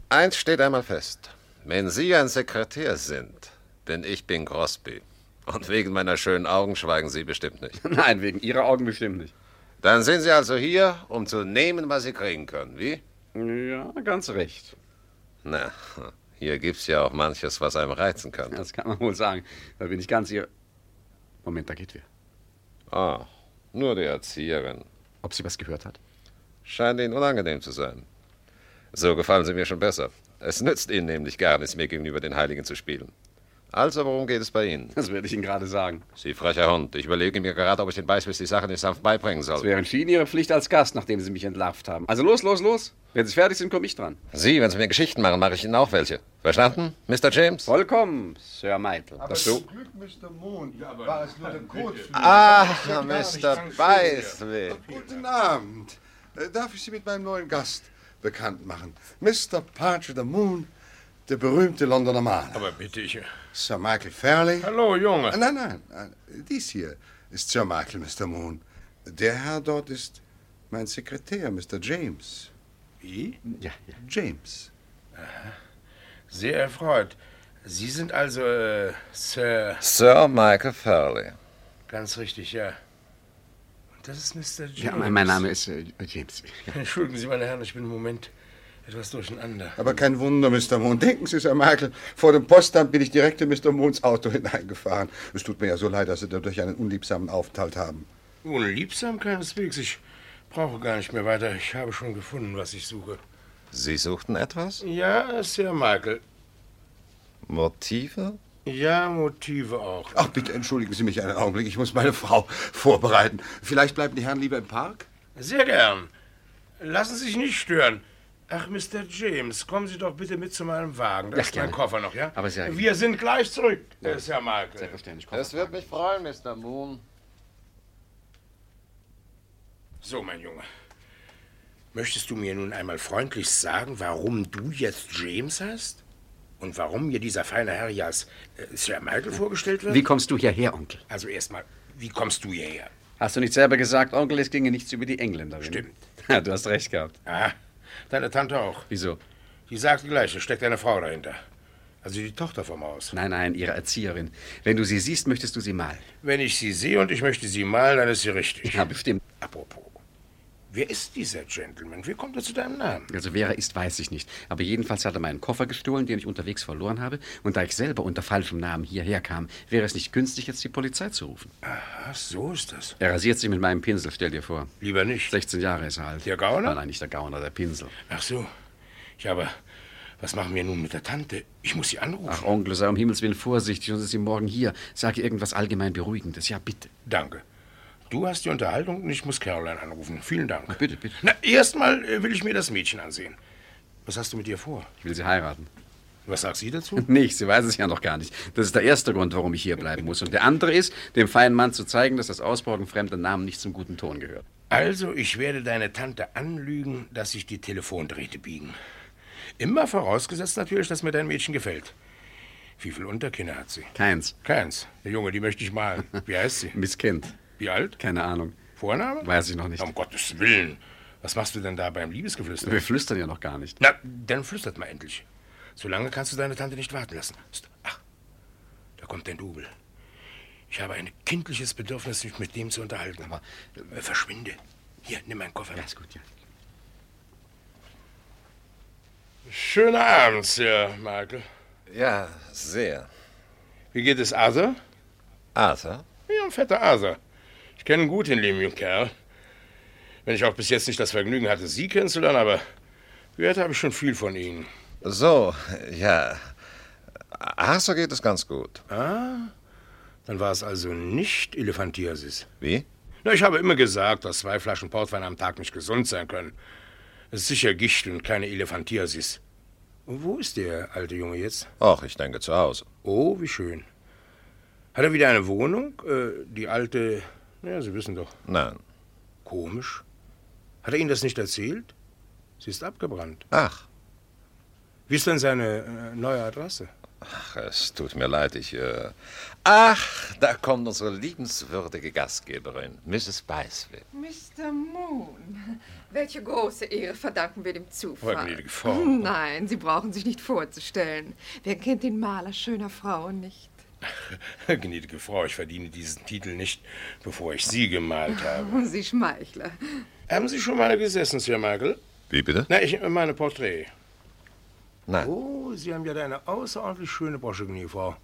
[SPEAKER 12] Eins steht einmal fest. Wenn Sie ein Sekretär sind, bin ich Bing Crosby. Und wegen meiner schönen Augen schweigen Sie bestimmt nicht.
[SPEAKER 4] Nein, wegen Ihrer Augen bestimmt nicht.
[SPEAKER 12] Dann sind Sie also hier, um zu nehmen, was Sie kriegen können, wie?
[SPEAKER 4] Ja, ganz recht.
[SPEAKER 12] Na, hier gibt's ja auch manches, was einem reizen kann.
[SPEAKER 4] Das kann man wohl sagen. Da bin ich ganz Ihr. Moment, da geht wer.
[SPEAKER 12] Ah, nur die Erzieherin.
[SPEAKER 4] Ob sie was gehört hat?
[SPEAKER 12] Scheint Ihnen unangenehm zu sein. So gefallen Sie mir schon besser. Es nützt Ihnen nämlich gar nichts, mir gegenüber den Heiligen zu spielen. Also, worum geht es bei Ihnen?
[SPEAKER 4] Das werde ich Ihnen gerade sagen.
[SPEAKER 12] Sie frecher Hund, ich überlege mir gerade, ob ich den Beispiel die Sache nicht sanft beibringen
[SPEAKER 4] Es
[SPEAKER 12] soll.
[SPEAKER 4] wäre entschieden Ihre Pflicht als Gast, nachdem Sie mich entlarvt haben. Also los, los, los. Wenn Sie fertig sind, komme ich dran.
[SPEAKER 12] Sie, wenn Sie mir Geschichten machen, mache ich Ihnen auch welche. Verstanden, Mr. James?
[SPEAKER 4] Vollkommen, Sir Michael.
[SPEAKER 7] Aber
[SPEAKER 4] Das
[SPEAKER 7] zum
[SPEAKER 4] so.
[SPEAKER 7] Glück, Mr. Moon, war es nur der Kurzflug.
[SPEAKER 12] Ah, Mr. Beisweh.
[SPEAKER 7] Guten Abend. Äh, Darf ich Sie mit meinem neuen Gast bekannt machen? Mr. Parcher the Moon, der berühmte Londoner Maler.
[SPEAKER 3] Aber bitte ich.
[SPEAKER 7] Sir Michael Fairley. Äh,
[SPEAKER 3] Hallo, Junge.
[SPEAKER 7] Nein, nein, nein, dies hier ist Sir Michael, Mr. Moon. Der Herr dort ist mein Sekretär, Mr. James.
[SPEAKER 3] Wie?
[SPEAKER 4] Ja,
[SPEAKER 7] James.
[SPEAKER 3] Sehr erfreut. Sie sind also äh, Sir.
[SPEAKER 12] Sir Michael Farley.
[SPEAKER 3] Ganz richtig, ja. Und das ist Mr. James.
[SPEAKER 2] Ja, mein, mein Name ist äh, James.
[SPEAKER 3] Entschuldigen Sie, meine Herren, ich bin im Moment etwas durcheinander.
[SPEAKER 7] Aber kein Wunder, Mr. Moon. Denken Sie, Sir Michael, vor dem Postamt bin ich direkt in Mr. Moons Auto hineingefahren. Es tut mir ja so leid, dass Sie dadurch einen unliebsamen Aufenthalt haben.
[SPEAKER 3] Unliebsam keineswegs. Ich brauche gar nicht mehr weiter. Ich habe schon gefunden, was ich suche.
[SPEAKER 12] Sie suchten etwas?
[SPEAKER 3] Ja, Sir Michael.
[SPEAKER 12] Motive?
[SPEAKER 3] Ja, Motive auch.
[SPEAKER 7] Ach, bitte entschuldigen Sie mich einen Augenblick. Ich muss meine Frau vorbereiten. Vielleicht bleiben die Herren lieber im Park?
[SPEAKER 3] Sehr gern. Lassen Sie sich nicht stören. Ach, Mr. James, kommen Sie doch bitte mit zu meinem Wagen. Da
[SPEAKER 12] Ja,
[SPEAKER 3] ist mein
[SPEAKER 12] gerne.
[SPEAKER 3] Koffer noch, ja?
[SPEAKER 12] Aber sehr-
[SPEAKER 3] Wir sind gleich zurück, äh, Sir Michael.
[SPEAKER 2] Selbstverständlich.
[SPEAKER 12] Es wird mich freuen, Mr. Moon.
[SPEAKER 3] So, mein Junge. Möchtest du mir nun einmal freundlich sagen, warum du jetzt James heißt? Und warum mir dieser feine Herr ja als äh, Sir Michael vorgestellt wird?
[SPEAKER 4] Wie kommst du hierher, Onkel?
[SPEAKER 3] Also erstmal, wie kommst du hierher?
[SPEAKER 4] Hast du nicht selber gesagt, Onkel, es ginge nichts über die Engländerin? Stimmt. Ja, du hast recht gehabt.
[SPEAKER 3] Ah, deine Tante auch.
[SPEAKER 4] Wieso?
[SPEAKER 3] Die sagt die gleiche, steckt eine Frau dahinter. Also die Tochter vom Haus.
[SPEAKER 4] Nein, nein, ihre Erzieherin. Wenn du sie siehst, möchtest du sie malen.
[SPEAKER 3] Wenn ich sie sehe und ich möchte sie malen, dann ist sie richtig.
[SPEAKER 4] Ja, bestimmt.
[SPEAKER 3] Apropos, wer ist dieser Gentleman? Wie kommt er zu deinem Namen?
[SPEAKER 4] Also wer er ist, weiß ich nicht. Aber jedenfalls hat er meinen Koffer gestohlen, den ich unterwegs verloren habe. Und da ich selber unter falschem Namen hierher kam, wäre es nicht günstig, jetzt die Polizei zu rufen.
[SPEAKER 3] Aha, so ist das.
[SPEAKER 4] Er rasiert sich mit meinem Pinsel, stell dir vor.
[SPEAKER 3] Lieber nicht.
[SPEAKER 4] 16 Jahre ist er alt. Der
[SPEAKER 3] Gauner?
[SPEAKER 4] Nein, nein, nicht der Gauner, der Pinsel.
[SPEAKER 3] Ach so. Ja, aber was machen wir nun mit der Tante? Ich muss sie anrufen.
[SPEAKER 4] Ach, Onkel, sei um Himmels Willen vorsichtig, sonst ist sie morgen hier. Sag ihr irgendwas allgemein Beruhigendes. Ja, bitte.
[SPEAKER 3] Danke. Du hast die Unterhaltung und ich muss Caroline anrufen. Vielen Dank.
[SPEAKER 4] bitte, bitte.
[SPEAKER 3] Na, erstmal äh, will ich mir das Mädchen ansehen. Was hast du mit ihr vor?
[SPEAKER 4] Ich will sie heiraten.
[SPEAKER 3] Was sagt sie dazu?
[SPEAKER 4] Nicht, sie weiß es ja noch gar nicht. Das ist der erste Grund, warum ich hier bleiben muss. Und der andere ist, dem feinen Mann zu zeigen, dass das Ausborgen fremder Namen nicht zum guten Ton gehört.
[SPEAKER 3] Also, ich werde deine Tante anlügen, dass sich die Telefondrähte biegen. Immer vorausgesetzt natürlich, dass mir dein Mädchen gefällt. Wie viele Unterkinder hat sie?
[SPEAKER 4] Keins.
[SPEAKER 3] Keins. Der Junge, die möchte ich malen. Wie heißt sie?
[SPEAKER 4] Miss Kind.
[SPEAKER 3] Wie alt?
[SPEAKER 4] Keine Ahnung.
[SPEAKER 3] Vorname?
[SPEAKER 4] Weiß ich noch nicht.
[SPEAKER 3] Um Gottes Willen. Was machst du denn da beim Liebesgeflüster?
[SPEAKER 4] Wir flüstern ja noch gar nicht.
[SPEAKER 3] Na, dann flüstert mal endlich. So lange kannst du deine Tante nicht warten lassen. St- Ach, da kommt dein Double. Ich habe ein kindliches Bedürfnis, mich mit dem zu unterhalten. Aber äh, verschwinde. Hier, nimm meinen Koffer. Ja, ist
[SPEAKER 4] gut, ja.
[SPEAKER 3] Schöner Abend, Sir Michael.
[SPEAKER 12] Ja, sehr.
[SPEAKER 3] Wie geht es Arthur?
[SPEAKER 12] Arthur?
[SPEAKER 3] Ja, ein fetter Arthur. Ich kenne ihn gut, den lieben jungen Kerl. Wenn ich auch bis jetzt nicht das Vergnügen hatte, Sie kennenzulernen, aber gehört habe ich schon viel von Ihnen.
[SPEAKER 12] So, ja. Arthur geht es ganz gut.
[SPEAKER 3] Ah, dann war es also nicht Elefantiasis.
[SPEAKER 12] Wie?
[SPEAKER 3] Na, ich habe immer gesagt, dass zwei Flaschen Portwein am Tag nicht gesund sein können. Es ist sicher Gicht und keine Elefantiasis. Und Wo ist der alte Junge jetzt?
[SPEAKER 12] Ach, ich denke zu Hause.
[SPEAKER 3] Oh, wie schön. Hat er wieder eine Wohnung? Äh, die alte. Ja, Sie wissen doch.
[SPEAKER 12] Nein.
[SPEAKER 3] Komisch. Hat er Ihnen das nicht erzählt? Sie ist abgebrannt.
[SPEAKER 12] Ach.
[SPEAKER 3] Wie ist denn seine äh, neue Adresse?
[SPEAKER 12] Ach, es tut mir leid, ich. Äh... Ach, da kommt unsere liebenswürdige Gastgeberin, Mrs. Beißwitz.
[SPEAKER 11] Mr. Moon, welche große Ehre verdanken wir dem
[SPEAKER 12] Oh,
[SPEAKER 11] Zufall.
[SPEAKER 12] gnädige Frau.
[SPEAKER 11] Hm, Nein, Sie brauchen sich nicht vorzustellen. Wer kennt den Maler schöner Frauen nicht?
[SPEAKER 3] Gnädige Frau, ich verdiene diesen Titel nicht, bevor ich Sie gemalt habe.
[SPEAKER 11] Sie Schmeichler.
[SPEAKER 3] Haben Sie schon mal gesessen, Sir Michael?
[SPEAKER 12] Wie bitte?
[SPEAKER 3] Na, ich meine Porträt.
[SPEAKER 12] Nein.
[SPEAKER 3] Oh, Sie haben ja da eine außerordentlich schöne Brosche, gnädige Frau.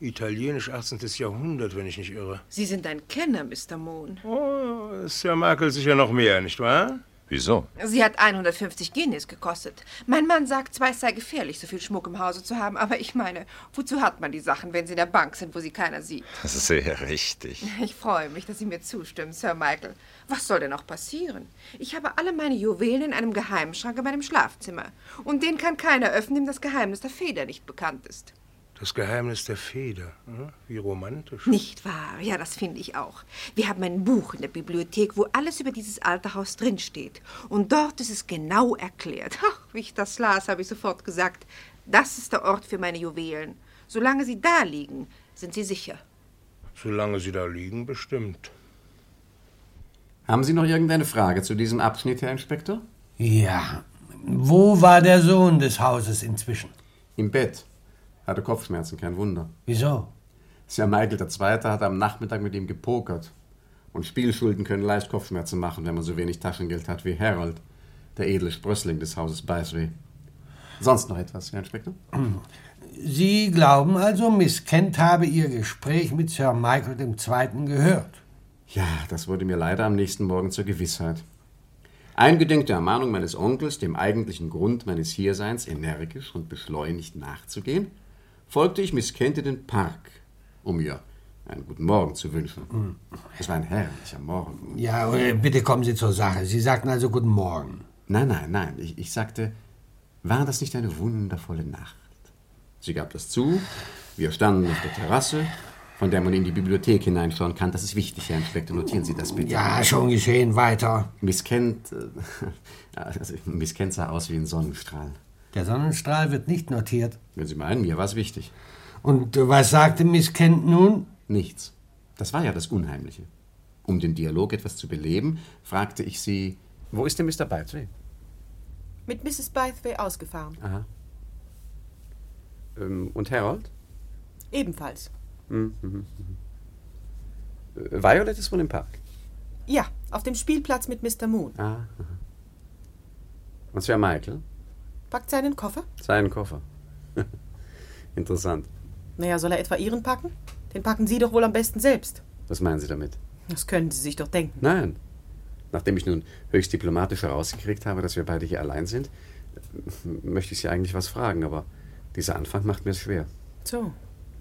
[SPEAKER 3] Italienisch 18. Jahrhundert, wenn ich nicht irre.
[SPEAKER 11] Sie sind ein Kenner, Mr. Moon.
[SPEAKER 3] Oh, Sir Michael sicher noch mehr, nicht wahr?
[SPEAKER 12] Wieso?
[SPEAKER 11] Sie hat 150 Guineas gekostet. Mein Mann sagt zwar, es sei gefährlich, so viel Schmuck im Hause zu haben, aber ich meine, wozu hat man die Sachen, wenn sie in der Bank sind, wo sie keiner sieht?
[SPEAKER 12] Sehr richtig.
[SPEAKER 11] Ich freue mich, dass Sie mir zustimmen, Sir Michael. Was soll denn noch passieren? Ich habe alle meine Juwelen in einem geheimen Schrank in meinem Schlafzimmer. Und den kann keiner öffnen, dem das Geheimnis der Feder nicht bekannt ist.
[SPEAKER 3] Das Geheimnis der Feder. hm? Wie romantisch.
[SPEAKER 11] Nicht wahr? Ja, das finde ich auch. Wir haben ein Buch in der Bibliothek, wo alles über dieses alte Haus drinsteht. Und dort ist es genau erklärt. Ach, wie ich das las, habe ich sofort gesagt. Das ist der Ort für meine Juwelen. Solange sie da liegen, sind sie sicher.
[SPEAKER 3] Solange Sie da liegen, bestimmt.
[SPEAKER 2] Haben Sie noch irgendeine Frage zu diesem Abschnitt, Herr Inspektor?
[SPEAKER 1] Ja. Wo war der Sohn des Hauses inzwischen?
[SPEAKER 2] Im Bett. Hatte Kopfschmerzen, kein Wunder.
[SPEAKER 1] Wieso?
[SPEAKER 2] Sir Michael II. hat am Nachmittag mit ihm gepokert. Und Spielschulden können leicht Kopfschmerzen machen, wenn man so wenig Taschengeld hat wie Harold, der edle Sprössling des Hauses Beisweh. Sonst noch etwas, Herr Inspektor?
[SPEAKER 1] Sie glauben also, Miss Kent habe Ihr Gespräch mit Sir Michael II. gehört.
[SPEAKER 2] Ja, das wurde mir leider am nächsten Morgen zur Gewissheit. Eingedenk der Ermahnung meines Onkels, dem eigentlichen Grund meines Hierseins energisch und beschleunigt nachzugehen, folgte ich Miss Kent in den Park, um ihr einen guten Morgen zu wünschen. Es war ein herrlicher Morgen.
[SPEAKER 1] Ja, äh, bitte kommen Sie zur Sache. Sie sagten also Guten Morgen.
[SPEAKER 2] Nein, nein, nein. Ich, ich sagte, war das nicht eine wundervolle Nacht? Sie gab das zu. Wir standen auf der Terrasse, von der man in die Bibliothek hineinschauen kann. Das ist wichtig, Herr Inspektor. Notieren Sie das bitte.
[SPEAKER 1] Ja, schon geschehen. Weiter.
[SPEAKER 2] Miss Kent, äh, also Miss Kent sah aus wie ein Sonnenstrahl.
[SPEAKER 1] Der Sonnenstrahl wird nicht notiert.
[SPEAKER 2] Wenn Sie meinen, mir war es wichtig.
[SPEAKER 1] Und äh, was sagte Miss Kent nun?
[SPEAKER 2] Nichts. Das war ja das Unheimliche. Um den Dialog etwas zu beleben, fragte ich sie, wo ist denn Mr. Bytway?
[SPEAKER 10] Mit Mrs. Bythway ausgefahren.
[SPEAKER 2] Aha. Ähm, und Harold?
[SPEAKER 10] Ebenfalls.
[SPEAKER 2] Mhm, mhm, mhm. Äh, Violet ist wohl im Park.
[SPEAKER 10] Ja, auf dem Spielplatz mit Mr. Moon.
[SPEAKER 2] Ah. aha. Und Sir Michael?
[SPEAKER 10] Packt seinen Koffer?
[SPEAKER 2] Seinen Koffer. Interessant.
[SPEAKER 10] Naja, soll er etwa Ihren packen? Den packen Sie doch wohl am besten selbst.
[SPEAKER 2] Was meinen Sie damit?
[SPEAKER 10] Das können Sie sich doch denken.
[SPEAKER 2] Nein. Nachdem ich nun höchst diplomatisch herausgekriegt habe, dass wir beide hier allein sind, äh, möchte ich Sie eigentlich was fragen, aber dieser Anfang macht mir es schwer.
[SPEAKER 10] So,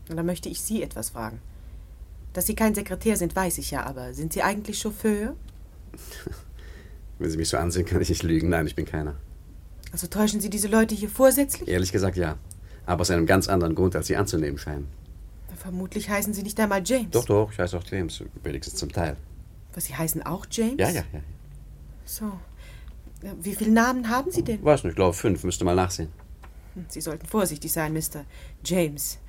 [SPEAKER 10] na, dann möchte ich Sie etwas fragen. Dass Sie kein Sekretär sind, weiß ich ja, aber sind Sie eigentlich Chauffeur?
[SPEAKER 2] Wenn Sie mich so ansehen, kann ich nicht lügen. Nein, ich bin keiner.
[SPEAKER 10] Also täuschen Sie diese Leute hier vorsätzlich?
[SPEAKER 2] Ehrlich gesagt ja. Aber aus einem ganz anderen Grund, als Sie anzunehmen scheinen.
[SPEAKER 10] Na, vermutlich heißen Sie nicht einmal James.
[SPEAKER 2] Doch, doch, ich heiße auch James. Wenigstens zum Teil.
[SPEAKER 10] Was, Sie heißen auch James?
[SPEAKER 2] Ja, ja, ja.
[SPEAKER 10] So. Na, Wie viele Namen haben Sie denn?
[SPEAKER 2] Weiß nicht, ich glaube fünf. Müsste mal nachsehen.
[SPEAKER 10] Hm, Sie sollten vorsichtig sein, Mr. James.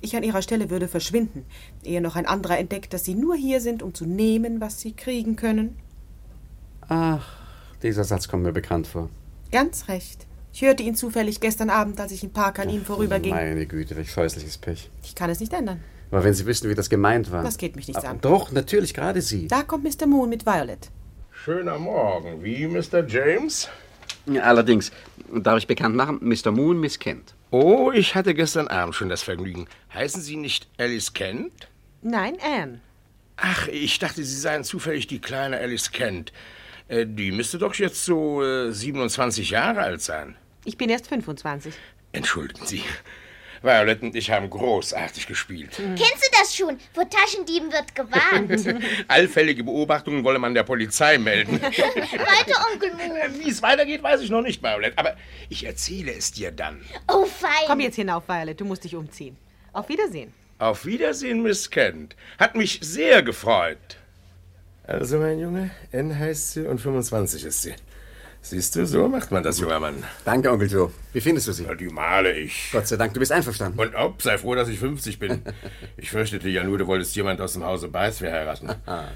[SPEAKER 10] Ich an Ihrer Stelle würde verschwinden, ehe noch ein anderer entdeckt, dass Sie nur hier sind, um zu nehmen, was Sie kriegen können.
[SPEAKER 2] Ach, dieser Satz kommt mir bekannt vor.
[SPEAKER 10] Ganz recht. Ich hörte ihn zufällig gestern Abend, als ich im Park an Ihnen vorüberging.
[SPEAKER 2] Meine Güte, welch scheußliches Pech.
[SPEAKER 10] Ich kann es nicht ändern.
[SPEAKER 2] Aber wenn Sie wüssten, wie das gemeint war.
[SPEAKER 10] Das geht mich nichts
[SPEAKER 2] Aber
[SPEAKER 10] an.
[SPEAKER 2] Doch, natürlich, gerade Sie.
[SPEAKER 10] Da kommt Mr. Moon mit Violet.
[SPEAKER 3] Schöner Morgen, wie, Mr. James?
[SPEAKER 4] Allerdings, darf ich bekannt machen, Mr. Moon Miss Kent.
[SPEAKER 3] Oh, ich hatte gestern Abend schon das Vergnügen. Heißen Sie nicht Alice Kent?
[SPEAKER 10] Nein, Anne.
[SPEAKER 3] Ach, ich dachte, Sie seien zufällig die kleine Alice Kent. Äh, Die müsste doch jetzt so äh, 27 Jahre alt sein.
[SPEAKER 10] Ich bin erst 25.
[SPEAKER 3] Entschuldigen Sie. Violet und ich haben großartig gespielt.
[SPEAKER 9] Kennst du das schon? Vor Taschendieben wird gewarnt.
[SPEAKER 3] Allfällige Beobachtungen wolle man der Polizei melden.
[SPEAKER 9] Weiter, Onkel Moon.
[SPEAKER 3] Wie es weitergeht, weiß ich noch nicht, Violet. Aber ich erzähle es dir dann.
[SPEAKER 9] Oh, fein.
[SPEAKER 10] Komm jetzt hinauf, Violet. Du musst dich umziehen. Auf Wiedersehen.
[SPEAKER 3] Auf Wiedersehen, Miss Kent. Hat mich sehr gefreut. Also, mein Junge, N heißt sie und 25 ist sie. Siehst du, so macht man das, junger Mann.
[SPEAKER 2] Danke, Onkel Joe. Wie findest du sie?
[SPEAKER 3] Die male ich.
[SPEAKER 2] Gott sei Dank, du bist einverstanden.
[SPEAKER 3] Und ob, sei froh, dass ich 50 bin. Ich fürchtete ja nur, du wolltest jemand aus dem Hause Beiswehr heiraten.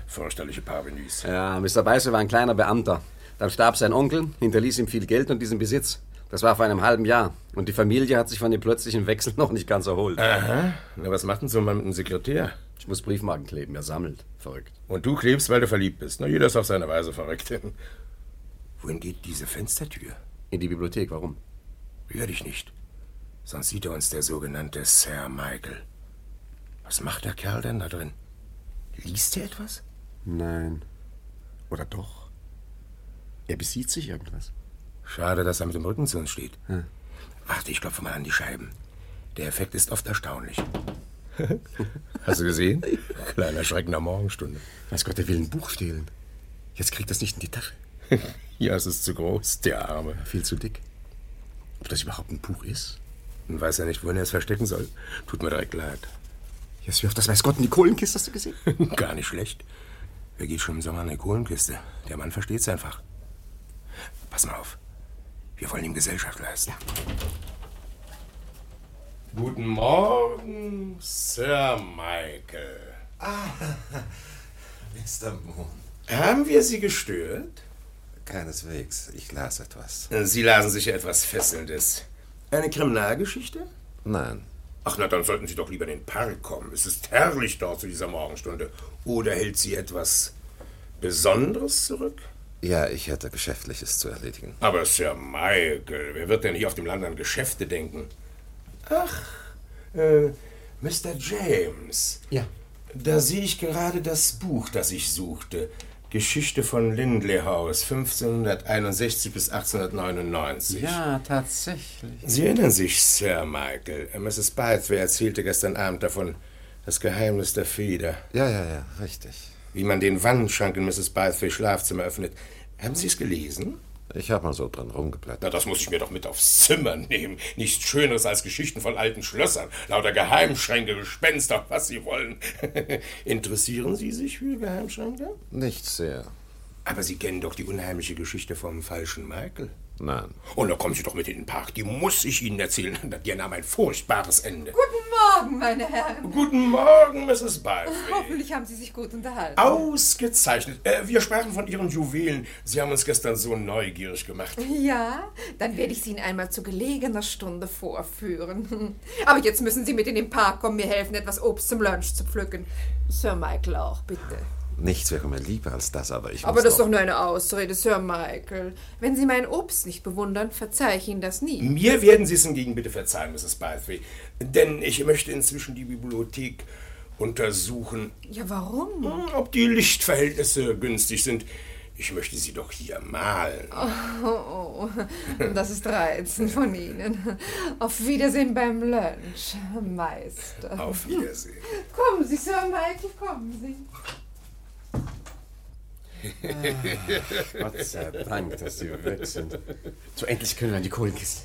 [SPEAKER 3] Fürchterliche Parvenus.
[SPEAKER 2] Ja, Mr. Beisel war ein kleiner Beamter. Dann starb sein Onkel, hinterließ ihm viel Geld und diesen Besitz. Das war vor einem halben Jahr. Und die Familie hat sich von dem plötzlichen Wechsel noch nicht ganz erholt.
[SPEAKER 3] Aha. Na, was macht denn so ein Mann mit einem Sekretär?
[SPEAKER 2] Ich muss Briefmarken kleben, er sammelt. Verrückt.
[SPEAKER 3] Und du klebst, weil du verliebt bist. Na, jeder ist auf seine Weise verrückt. Wohin geht diese Fenstertür?
[SPEAKER 2] In die Bibliothek, warum?
[SPEAKER 3] Rühr dich nicht. Sonst sieht er uns der sogenannte Sir Michael. Was macht der Kerl denn da drin? Liest er etwas?
[SPEAKER 2] Nein. Oder doch? Er besieht sich irgendwas.
[SPEAKER 3] Schade, dass er mit dem Rücken zu uns steht. Warte, ich klopfe mal an die Scheiben. Der Effekt ist oft erstaunlich. Hast du gesehen? Kleiner Schrecken der Morgenstunde.
[SPEAKER 2] Weiß Gott, der will ein Buch stehlen. Jetzt kriegt das nicht in die Tasche.
[SPEAKER 3] Ja, es ist zu groß, der Arme.
[SPEAKER 2] Viel zu dick. Ob das überhaupt ein Buch ist?
[SPEAKER 3] Und weiß er nicht, wohin er es verstecken soll. Tut mir direkt leid.
[SPEAKER 2] Jetzt wirft das weiß Gott in die Kohlenkiste, hast du gesehen?
[SPEAKER 3] Gar nicht schlecht. Wer geht schon im Sommer an eine Kohlenkiste? Der Mann versteht's einfach. Pass mal auf. Wir wollen ihm Gesellschaft leisten. Guten Morgen, Sir Michael.
[SPEAKER 15] Mr. Ah, Moon,
[SPEAKER 3] Haben wir Sie gestört?
[SPEAKER 15] keineswegs. Ich las etwas.
[SPEAKER 3] Sie lasen sich etwas Fesselndes. Eine Kriminalgeschichte?
[SPEAKER 12] Nein,
[SPEAKER 3] Ach, na, dann sollten Sie doch lieber in den Park kommen. Es ist herrlich dort zu dieser Morgenstunde. Oder hält Sie etwas Besonderes zurück?
[SPEAKER 15] Ja, ich hatte Geschäftliches zu erledigen.
[SPEAKER 3] Aber Sir Michael, wer wird denn hier auf dem Land an Geschäfte denken? Ach, äh, Mr. James.
[SPEAKER 15] Ja.
[SPEAKER 3] Da sehe ich gerade das Buch, das ich suchte. Geschichte von Lindley House, 1561 bis 1899.
[SPEAKER 2] Ja, tatsächlich.
[SPEAKER 3] Sie erinnern sich, Sir Michael. Mrs. Bythway erzählte gestern Abend davon, das Geheimnis der Feder.
[SPEAKER 15] Ja, ja, ja, richtig.
[SPEAKER 3] Wie man den Wandschrank in Mrs. Bythways Schlafzimmer öffnet. Haben Sie es gelesen?
[SPEAKER 15] Ich habe mal so dran rumgeblättert.
[SPEAKER 3] Na, das muss ich mir doch mit aufs Zimmer nehmen. Nichts Schöneres als Geschichten von alten Schlössern. Lauter Geheimschränke, Gespenster, was Sie wollen. Interessieren Sie sich für Geheimschränke?
[SPEAKER 15] Nicht sehr.
[SPEAKER 3] Aber Sie kennen doch die unheimliche Geschichte vom falschen Michael.
[SPEAKER 15] Nein.
[SPEAKER 3] Und da kommen Sie doch mit in den Park. Die muss ich Ihnen erzählen. Die nahm ein furchtbares Ende.
[SPEAKER 11] Guten Morgen, meine Herren.
[SPEAKER 3] Guten Morgen, Mrs. Bythway.
[SPEAKER 11] Hoffentlich haben Sie sich gut unterhalten.
[SPEAKER 3] Ausgezeichnet. Äh, wir sprachen von Ihren Juwelen. Sie haben uns gestern so neugierig gemacht.
[SPEAKER 11] Ja, dann werde ich sie Ihnen einmal zu gelegener Stunde vorführen. Aber jetzt müssen Sie mit in den Park kommen, mir helfen, etwas Obst zum Lunch zu pflücken. Sir Michael auch, bitte.
[SPEAKER 15] Nichts wäre mir lieber als das, aber ich
[SPEAKER 11] Aber
[SPEAKER 15] muss
[SPEAKER 11] das ist
[SPEAKER 15] doch
[SPEAKER 11] doch nur eine Ausrede, Sir Michael. Wenn Sie mein Obst nicht bewundern, verzeihe ich Ihnen das nie.
[SPEAKER 3] Mir werden Sie es hingegen bitte verzeihen, Mrs. Bythway. Denn ich möchte inzwischen die Bibliothek untersuchen,
[SPEAKER 11] Ja, warum?
[SPEAKER 3] Hm, ob die Lichtverhältnisse günstig sind. Ich möchte sie doch hier malen.
[SPEAKER 11] Oh, oh, oh, das ist reizend von Ihnen. Auf Wiedersehen beim Lunch, Meister.
[SPEAKER 3] Auf Wiedersehen.
[SPEAKER 11] Kommen Sie, Sir Michael, kommen Sie.
[SPEAKER 4] Ah.
[SPEAKER 15] Gott sei Dank, dass Sie weg sind.
[SPEAKER 3] So endlich können wir an die Kohlenkiste.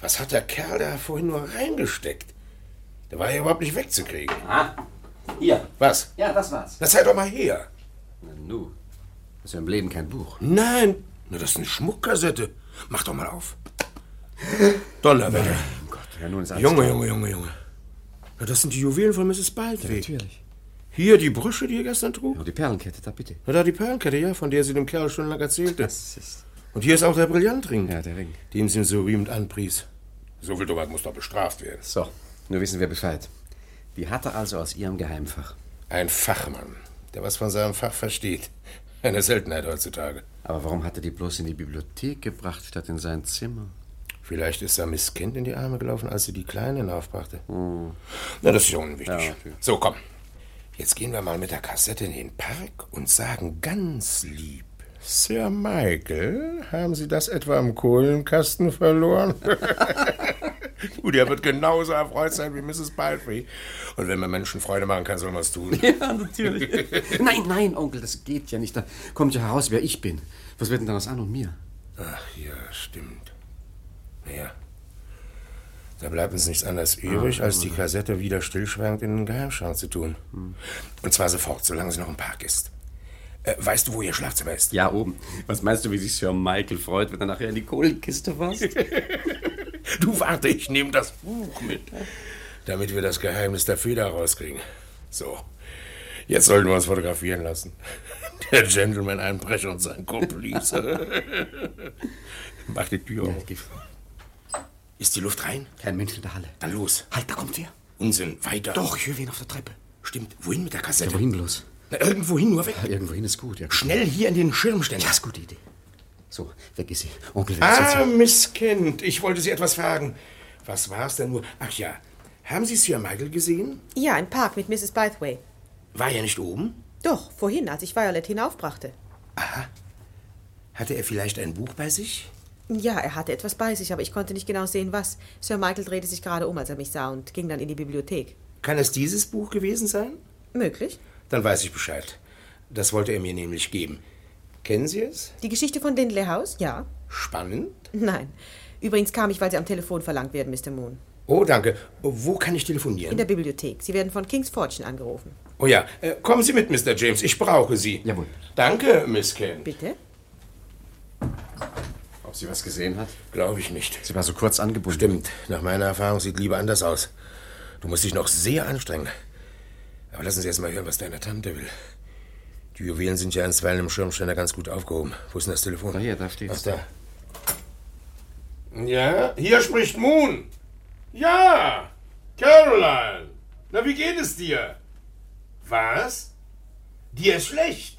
[SPEAKER 3] Was hat der Kerl da vorhin nur reingesteckt? Der war ja überhaupt nicht wegzukriegen.
[SPEAKER 4] Ah, hier.
[SPEAKER 3] Was?
[SPEAKER 4] Ja, das war's.
[SPEAKER 3] Das sei doch mal her.
[SPEAKER 4] Na nu. Das ist ja im Leben kein Buch.
[SPEAKER 3] Nein, na, das ist eine Schmuckkassette. Mach doch mal auf. Donnerwetter.
[SPEAKER 15] Ja, nun ist alles
[SPEAKER 3] Junge,
[SPEAKER 15] klar.
[SPEAKER 3] Junge, Junge, Junge. Na, das sind die Juwelen von Mrs. Baldwin. natürlich. Hier die Brüsche, die ihr gestern trug.
[SPEAKER 4] Und die Perlenkette, da bitte.
[SPEAKER 3] Na, da die Perlenkette, ja, von der sie dem Kerl schon lange erzählte. Das ist... Und hier ist auch der Brillantring. Ja, der Ring. Den sie ihm so rühmend anpries. So viel Dummheit muss doch bestraft werden.
[SPEAKER 4] So, nur wissen wir Bescheid. Die hat er also aus ihrem Geheimfach.
[SPEAKER 3] Ein Fachmann, der was von seinem Fach versteht. Eine Seltenheit heutzutage.
[SPEAKER 4] Aber warum hat er die bloß in die Bibliothek gebracht, statt in sein Zimmer?
[SPEAKER 3] Vielleicht ist er Kind in die Arme gelaufen, als sie die Kleine hinaufbrachte.
[SPEAKER 4] Hm.
[SPEAKER 3] Na, das ist ja unwichtig. so, komm. Jetzt gehen wir mal mit der Kassette in den Park und sagen ganz lieb. Sir Michael, haben Sie das etwa im Kohlenkasten verloren? Gut, er wird genauso erfreut sein wie Mrs. Palfrey. Und wenn man Menschen Freude machen kann, soll man es tun.
[SPEAKER 4] Ja, natürlich. nein, nein, Onkel, das geht ja nicht. Da kommt ja heraus, wer ich bin. Was wird denn daraus an und mir?
[SPEAKER 3] Ach ja, stimmt. Naja. Da bleibt uns nichts anderes übrig,
[SPEAKER 4] Ah.
[SPEAKER 3] als die Kassette wieder stillschweigend in den Geheimschrank zu tun. Und zwar sofort, solange sie noch im Park ist. Äh, weißt du, wo ihr Schlafzimmer ist?
[SPEAKER 4] Ja, oben. Was meinst du, wie sich Sir Michael freut, wenn er nachher in die Kohlenkiste fasst?
[SPEAKER 3] du warte, ich nehme das Buch mit. Damit wir das Geheimnis der Feder rauskriegen. So. Jetzt sollten wir uns fotografieren lassen. Der Gentleman-Einbrecher und sein Komplize. Mach die Tür auf. Ist die Luft rein?
[SPEAKER 4] Kein Mensch in der Halle.
[SPEAKER 3] Dann los.
[SPEAKER 4] Halt, da kommt er.
[SPEAKER 3] Unsinn, weiter.
[SPEAKER 4] Doch, ich höre wen auf der Treppe.
[SPEAKER 3] Stimmt, wohin mit der Kassette?
[SPEAKER 4] Ja, wohin bloß?
[SPEAKER 3] Na, irgendwohin, nur weg.
[SPEAKER 4] irgendwohin ist gut, ja.
[SPEAKER 3] Schnell hier in den Schirmständer.
[SPEAKER 4] Ja, ist gute Idee. So, weg ist sie. Onkel, wer ist
[SPEAKER 3] Ah,
[SPEAKER 4] jetzt-
[SPEAKER 3] Miss Kent, ich wollte Sie etwas fragen. Was war's denn nur? Ach ja, haben Sie Sir Michael gesehen?
[SPEAKER 10] Ja, im Park mit Mrs. Bythway.
[SPEAKER 3] War er nicht oben?
[SPEAKER 10] Doch, vorhin, als ich Violet hinaufbrachte.
[SPEAKER 3] Hatte er vielleicht ein Buch bei sich?
[SPEAKER 10] Ja, er hatte etwas bei sich, aber ich konnte nicht genau sehen, was. Sir Michael drehte sich gerade um, als er mich sah und ging dann in die Bibliothek.
[SPEAKER 3] Kann es dieses Buch gewesen sein?
[SPEAKER 10] Möglich.
[SPEAKER 3] Dann weiß ich Bescheid. Das wollte er mir nämlich geben. Kennen Sie es?
[SPEAKER 10] Die Geschichte von Lindley House? Ja.
[SPEAKER 3] Spannend.
[SPEAKER 10] Nein. Übrigens kam ich, weil Sie am Telefon verlangt werden, Mr. Moon.
[SPEAKER 3] Oh, danke. Wo kann ich telefonieren?
[SPEAKER 10] In der Bibliothek. Sie werden von King's Fortune angerufen.
[SPEAKER 3] oh ja, äh, kommen Sie mit, Mr. James. Ich brauche Sie. Jawohl. Danke, Miss Kent.
[SPEAKER 10] Bitte?
[SPEAKER 3] Ob sie was gesehen hat? Glaube ich nicht. Sie war so kurz angebunden. Stimmt. Nach meiner Erfahrung sieht Liebe anders aus. Du musst dich noch sehr anstrengen. Aber lassen Sie erst mal hören, was deine Tante will. Die Juwelen sind ja einstweilen im Schirmständer ganz gut aufgehoben. Wo ist denn das Telefon? Da hier, da steht's. Ach, da. Ja, hier spricht Moon. Ja,
[SPEAKER 16] Caroline! Na, wie geht es dir? Was? Dir ist schlecht.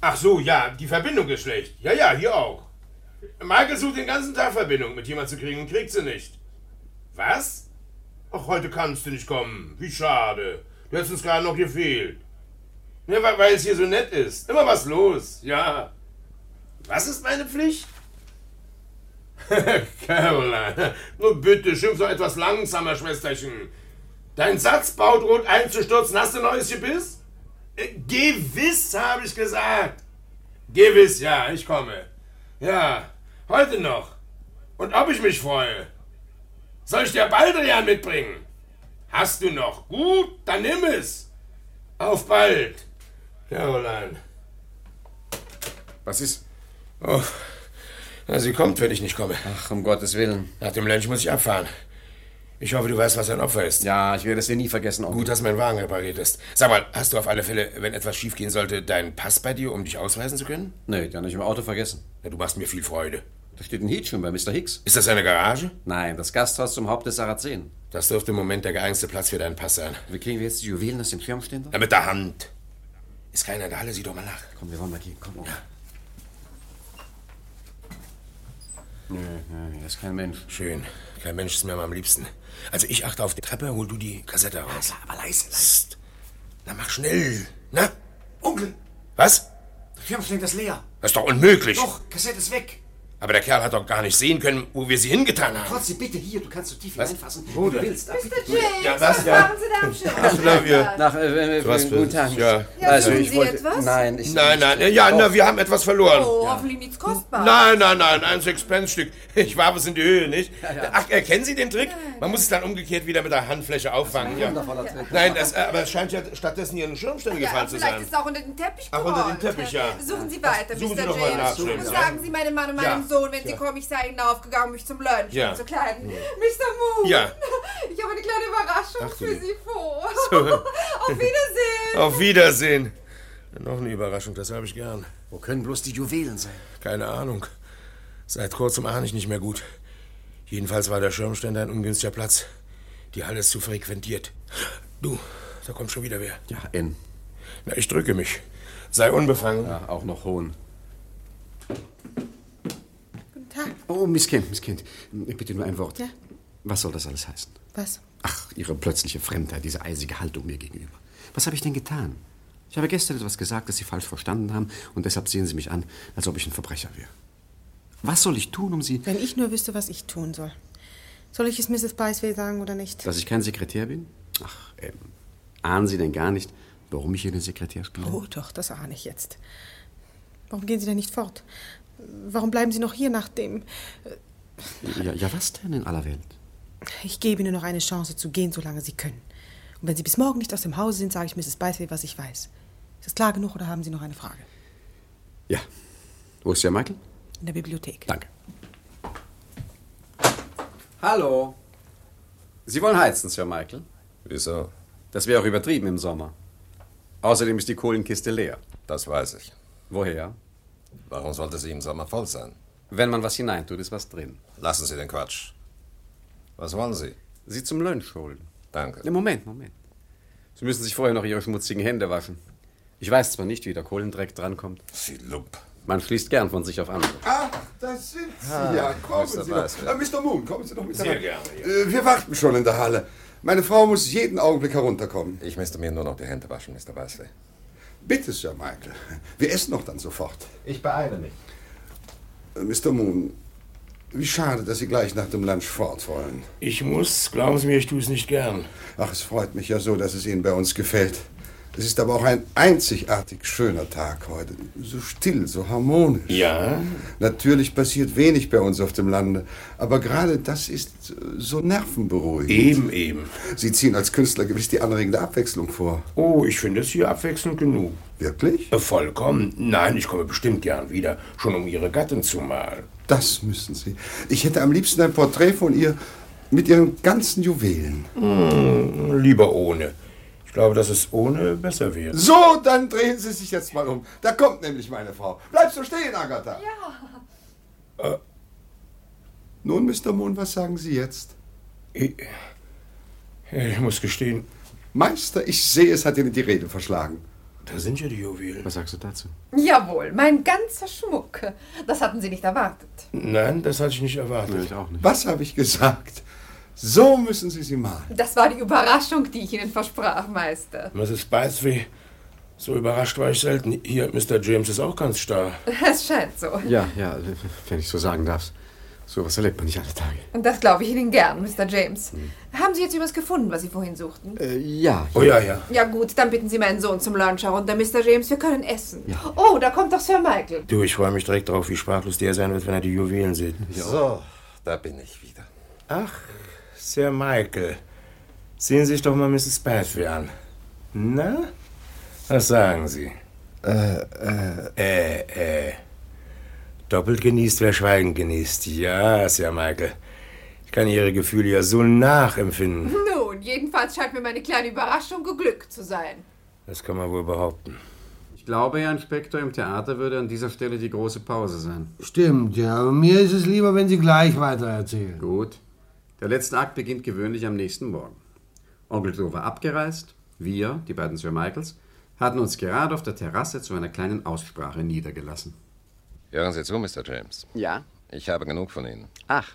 [SPEAKER 16] Ach so, ja, die Verbindung ist schlecht. Ja, ja, hier auch. Michael sucht den ganzen Tag Verbindung mit jemand zu kriegen und kriegt sie nicht. Was? Ach, heute kannst du nicht kommen. Wie schade. Du hättest uns gerade noch gefehlt. Ja, weil, weil es hier so nett ist. Immer was los. Ja. Was ist meine Pflicht? Caroline, nun bitte, schimpf doch etwas langsamer, Schwesterchen. Dein Satz baut rot einzustürzen. Hast du neues Gebiss? Äh, gewiss, habe ich gesagt. Gewiss, ja, ich komme. Ja, heute noch. Und ob ich mich freue. Soll ich dir Baldrian mitbringen? Hast du noch? Gut, dann nimm es. Auf bald, Caroline.
[SPEAKER 3] Was ist? Oh, na, sie kommt, wenn ich nicht komme. Ach, um Gottes Willen. Nach dem Lunch muss ich abfahren. Ich hoffe, du weißt, was ein Opfer ist. Ja, ich werde es dir nie vergessen. Gut, dass mein Wagen repariert ist. Sag mal, hast du auf alle Fälle, wenn etwas schiefgehen sollte, deinen Pass bei dir, um dich ausweisen zu können?
[SPEAKER 2] Nee, den habe ich im Auto vergessen.
[SPEAKER 3] Ja, du machst mir viel Freude.
[SPEAKER 2] Da steht ein Heat schon bei Mr. Hicks.
[SPEAKER 3] Ist das eine Garage?
[SPEAKER 2] Nein, das Gasthaus zum Haupt des Sarazen.
[SPEAKER 3] Das dürfte im Moment der geeignetste Platz für deinen Pass sein.
[SPEAKER 2] Wie kriegen wir jetzt die Juwelen aus dem Schirmständer?
[SPEAKER 3] Ja, mit der Hand. Ist keiner in der Halle, sieh doch mal nach.
[SPEAKER 2] Komm, wir wollen mal gehen. Komm. Ja. Nö, nö, hier ist kein Mensch.
[SPEAKER 3] Schön. Kein Mensch ist mir mal am liebsten. Also ich achte auf die Treppe, hol du die Kassette raus.
[SPEAKER 2] Aber leise,
[SPEAKER 3] leise. Na, mach schnell. Na? Onkel! Was?
[SPEAKER 2] Der Schirmständer ist leer.
[SPEAKER 3] Das ist doch unmöglich.
[SPEAKER 2] Doch, Kassette ist weg.
[SPEAKER 3] Aber der Kerl hat doch gar nicht sehen können, wo wir sie hingetan haben.
[SPEAKER 2] Trotzdem, bitte hier, du kannst so tief
[SPEAKER 3] Was?
[SPEAKER 2] hineinfassen, wie
[SPEAKER 3] Bruder.
[SPEAKER 2] du willst.
[SPEAKER 11] Mr.
[SPEAKER 2] bitte.
[SPEAKER 11] James,
[SPEAKER 3] Ja,
[SPEAKER 11] was
[SPEAKER 3] was, ja.
[SPEAKER 11] machen Sie da am
[SPEAKER 3] Was bleiben wir?
[SPEAKER 11] Schirm?
[SPEAKER 2] Ach, äh, äh,
[SPEAKER 3] Was
[SPEAKER 2] äh,
[SPEAKER 3] für-
[SPEAKER 2] guten Tag. Also,
[SPEAKER 3] ja.
[SPEAKER 11] Ja, suchen Sie etwas?
[SPEAKER 2] Nein, ich.
[SPEAKER 3] Nein, nein, äh, ja, na, wir haben etwas verloren.
[SPEAKER 11] Oh, hoffentlich nichts kostbar.
[SPEAKER 3] Nein, nein, nein, ein Sixpence-Stück. Ich warf es in die Höhe, nicht? Ach, erkennen Sie den Trick? Man muss es dann umgekehrt wieder mit der Handfläche auffangen. Ja. Nein, das, äh, aber es scheint ja stattdessen hier eine Schirmstelle
[SPEAKER 11] Ja,
[SPEAKER 3] gefallen
[SPEAKER 11] aber
[SPEAKER 3] zu
[SPEAKER 11] vielleicht
[SPEAKER 3] sein.
[SPEAKER 11] ist es auch unter den Teppich
[SPEAKER 3] Ach, unter den
[SPEAKER 11] gerollt.
[SPEAKER 3] Teppich, ja.
[SPEAKER 11] Suchen Sie weiter,
[SPEAKER 3] Suchen
[SPEAKER 11] Mr.
[SPEAKER 3] Sie doch mal nach,
[SPEAKER 11] James.
[SPEAKER 3] schön,
[SPEAKER 11] Und
[SPEAKER 3] ja.
[SPEAKER 11] sagen Sie meinem Mann und meinem
[SPEAKER 3] Ja,
[SPEAKER 11] Sohn, wenn Sie
[SPEAKER 3] ja.
[SPEAKER 11] kommen, ich sei Ihnen aufgegangen, mich zum Lunch
[SPEAKER 3] Ja.
[SPEAKER 11] umzukleiden. Mr. Moon,
[SPEAKER 3] Ja.
[SPEAKER 11] ich habe eine kleine Überraschung
[SPEAKER 3] Ach, du
[SPEAKER 11] für
[SPEAKER 3] Liebe.
[SPEAKER 11] Sie vor.
[SPEAKER 3] So.
[SPEAKER 11] Auf Wiedersehen.
[SPEAKER 3] Auf Wiedersehen. Noch eine Überraschung, das habe ich gern. Wo können bloß die Juwelen sein? Keine Ahnung. Seit kurzem ahne ich nicht mehr gut. Jedenfalls war der Schirmständer ein ungünstiger Platz. Die Halle ist zu frequentiert. Du, da kommt schon wieder wer.
[SPEAKER 2] Ja, N.
[SPEAKER 3] Na, ich drücke mich. Sei unbefangen.
[SPEAKER 2] Ja, auch noch hohn. Oh, Miss Kent, Miss Kent, bitte nur ein Wort.
[SPEAKER 10] Ja?
[SPEAKER 2] Was soll das alles heißen?
[SPEAKER 10] Was?
[SPEAKER 2] Ach, Ihre plötzliche Fremdheit, diese eisige Haltung mir gegenüber. Was habe ich denn getan? Ich habe gestern etwas gesagt, das Sie falsch verstanden haben, und deshalb sehen Sie mich an, als ob ich ein Verbrecher wäre. Was soll ich tun, um Sie...
[SPEAKER 10] Wenn ich nur wüsste, was ich tun soll. Soll ich es Mrs. Biceway sagen oder nicht?
[SPEAKER 2] Dass ich kein Sekretär bin? Ach, ähm, ahnen Sie denn gar nicht, warum ich hier den Sekretär spiele?
[SPEAKER 10] Oh, doch, das ahne ich jetzt. Warum gehen Sie denn nicht fort? Warum bleiben Sie noch hier nach dem... äh,
[SPEAKER 2] Ja, ja, was denn in aller Welt?
[SPEAKER 10] Ich gebe Ihnen noch eine Chance zu gehen, solange Sie können. Und wenn Sie bis morgen nicht aus dem Hause sind, sage ich Mrs. Biceway, was ich weiß. Ist das klar genug oder haben Sie noch eine Frage?
[SPEAKER 2] Ja. Wo ist der Michael?
[SPEAKER 10] In der Bibliothek.
[SPEAKER 2] Danke. Hallo. Sie wollen heizen, Sir Michael?
[SPEAKER 12] Wieso?
[SPEAKER 2] Das wäre auch übertrieben im Sommer. Außerdem ist die Kohlenkiste leer.
[SPEAKER 12] Das weiß ich.
[SPEAKER 2] Woher?
[SPEAKER 12] Warum sollte sie im Sommer voll sein?
[SPEAKER 2] Wenn man was hineintut, ist was drin.
[SPEAKER 12] Lassen Sie den Quatsch. Was wollen Sie?
[SPEAKER 2] Sie zum Lunch holen.
[SPEAKER 12] Danke.
[SPEAKER 2] Nee, Moment, Moment. Sie müssen sich vorher noch Ihre schmutzigen Hände waschen. Ich weiß zwar nicht, wie der Kohlendreck drankommt.
[SPEAKER 12] Sie Lump.
[SPEAKER 2] Man schließt gern von sich auf andere.
[SPEAKER 7] Ah, da sind Sie
[SPEAKER 2] Ah,
[SPEAKER 7] ja. Kommen
[SPEAKER 2] Mr.
[SPEAKER 7] Sie doch.
[SPEAKER 2] Weißwein.
[SPEAKER 7] Äh, Mr. Moon, kommen Sie doch mit
[SPEAKER 12] Sehr
[SPEAKER 7] herein.
[SPEAKER 12] gerne,
[SPEAKER 7] Äh, Wir warten schon in der Halle. Meine Frau muss jeden Augenblick herunterkommen.
[SPEAKER 12] Ich müsste mir nur noch die Hände waschen, Mr. Weisley.
[SPEAKER 7] Bitte, Sir Michael. Wir essen doch dann sofort.
[SPEAKER 12] Ich beeile mich.
[SPEAKER 7] Äh, Mr. Moon, wie schade, dass Sie gleich nach dem Lunch fort wollen.
[SPEAKER 3] Ich muss, glauben Sie mir, ich tue es nicht gern.
[SPEAKER 7] Ach, es freut mich ja so, dass es Ihnen bei uns gefällt. Es ist aber auch ein einzigartig schöner Tag heute. So still, so harmonisch.
[SPEAKER 3] Ja?
[SPEAKER 7] Natürlich passiert wenig bei uns auf dem Lande, aber gerade das ist äh, so nervenberuhigend.
[SPEAKER 3] Eben, eben.
[SPEAKER 7] Sie ziehen als Künstler gewiss die anregende Abwechslung vor.
[SPEAKER 3] Oh, ich finde es hier abwechselnd genug. Äh,
[SPEAKER 7] Wirklich?
[SPEAKER 3] Vollkommen. Nein, ich komme bestimmt gern wieder. Schon um Ihre Gattin zu malen.
[SPEAKER 7] Das müssen Sie. Ich hätte am liebsten ein Porträt von ihr mit ihren ganzen Juwelen.
[SPEAKER 3] Hm, lieber ohne. Ich glaube, dass es ohne besser wäre.
[SPEAKER 7] So, dann drehen Sie sich jetzt mal um. Da kommt nämlich meine Frau. Bleib so stehen, Agatha. Äh,
[SPEAKER 11] Ja.
[SPEAKER 7] Nun, Mr. Moon, was sagen Sie jetzt?
[SPEAKER 3] Ich,
[SPEAKER 17] Ich muss gestehen.
[SPEAKER 7] Meister, ich sehe, es hat Ihnen die Rede verschlagen.
[SPEAKER 17] Da sind ja die Juwelen. Was sagst du dazu?
[SPEAKER 18] Jawohl, mein ganzer Schmuck. Das hatten Sie nicht erwartet.
[SPEAKER 17] Nein, das hatte ich nicht erwartet.
[SPEAKER 7] Ich auch nicht. Was habe ich gesagt? So müssen Sie sie malen.
[SPEAKER 18] Das war die Überraschung, die ich Ihnen versprach, Meister.
[SPEAKER 17] Mrs. Bysway, so überrascht war ich selten. Hier, Mr. James ist auch ganz starr.
[SPEAKER 18] Es scheint so.
[SPEAKER 4] Ja, ja, wenn ich so sagen darf. So was erlebt man nicht alle Tage.
[SPEAKER 18] Und das glaube ich Ihnen gern, Mr. James.
[SPEAKER 3] Hm.
[SPEAKER 18] Haben Sie jetzt übrigens gefunden, was Sie vorhin suchten?
[SPEAKER 4] Äh, ja.
[SPEAKER 17] Oh ja, ja.
[SPEAKER 18] Ja gut, dann bitten Sie meinen Sohn zum Lunch herunter, Mr. James. Wir können essen. Oh, da kommt doch Sir Michael.
[SPEAKER 17] Du, ich freue mich direkt drauf, wie sprachlos der sein wird, wenn er die Juwelen sieht.
[SPEAKER 12] So, da bin ich wieder.
[SPEAKER 17] Ach, Sir Michael. Sehen Sie sich doch mal Mrs. Bathory an. Na? Was sagen Sie? Äh, äh. Äh, äh. Doppelt genießt, wer schweigend genießt. Ja, Sir Michael. Ich kann Ihre Gefühle ja so
[SPEAKER 3] Hm.
[SPEAKER 17] nachempfinden.
[SPEAKER 18] Nun, jedenfalls scheint mir meine kleine Überraschung geglückt zu sein.
[SPEAKER 17] Das kann man wohl behaupten.
[SPEAKER 2] Ich glaube, Herr Inspektor, im Theater würde an dieser Stelle die große Pause sein.
[SPEAKER 1] Stimmt, ja. Aber mir ist es lieber, wenn Sie gleich weitererzählen.
[SPEAKER 2] Gut. Der letzte Akt beginnt gewöhnlich am nächsten Morgen. Onkel Joe war abgereist. Wir, die beiden Sir Michaels, hatten uns gerade auf der Terrasse zu einer kleinen Aussprache niedergelassen.
[SPEAKER 12] Hören Sie zu, Mr. James.
[SPEAKER 2] Ja?
[SPEAKER 12] Ich habe genug von Ihnen.
[SPEAKER 2] Ach.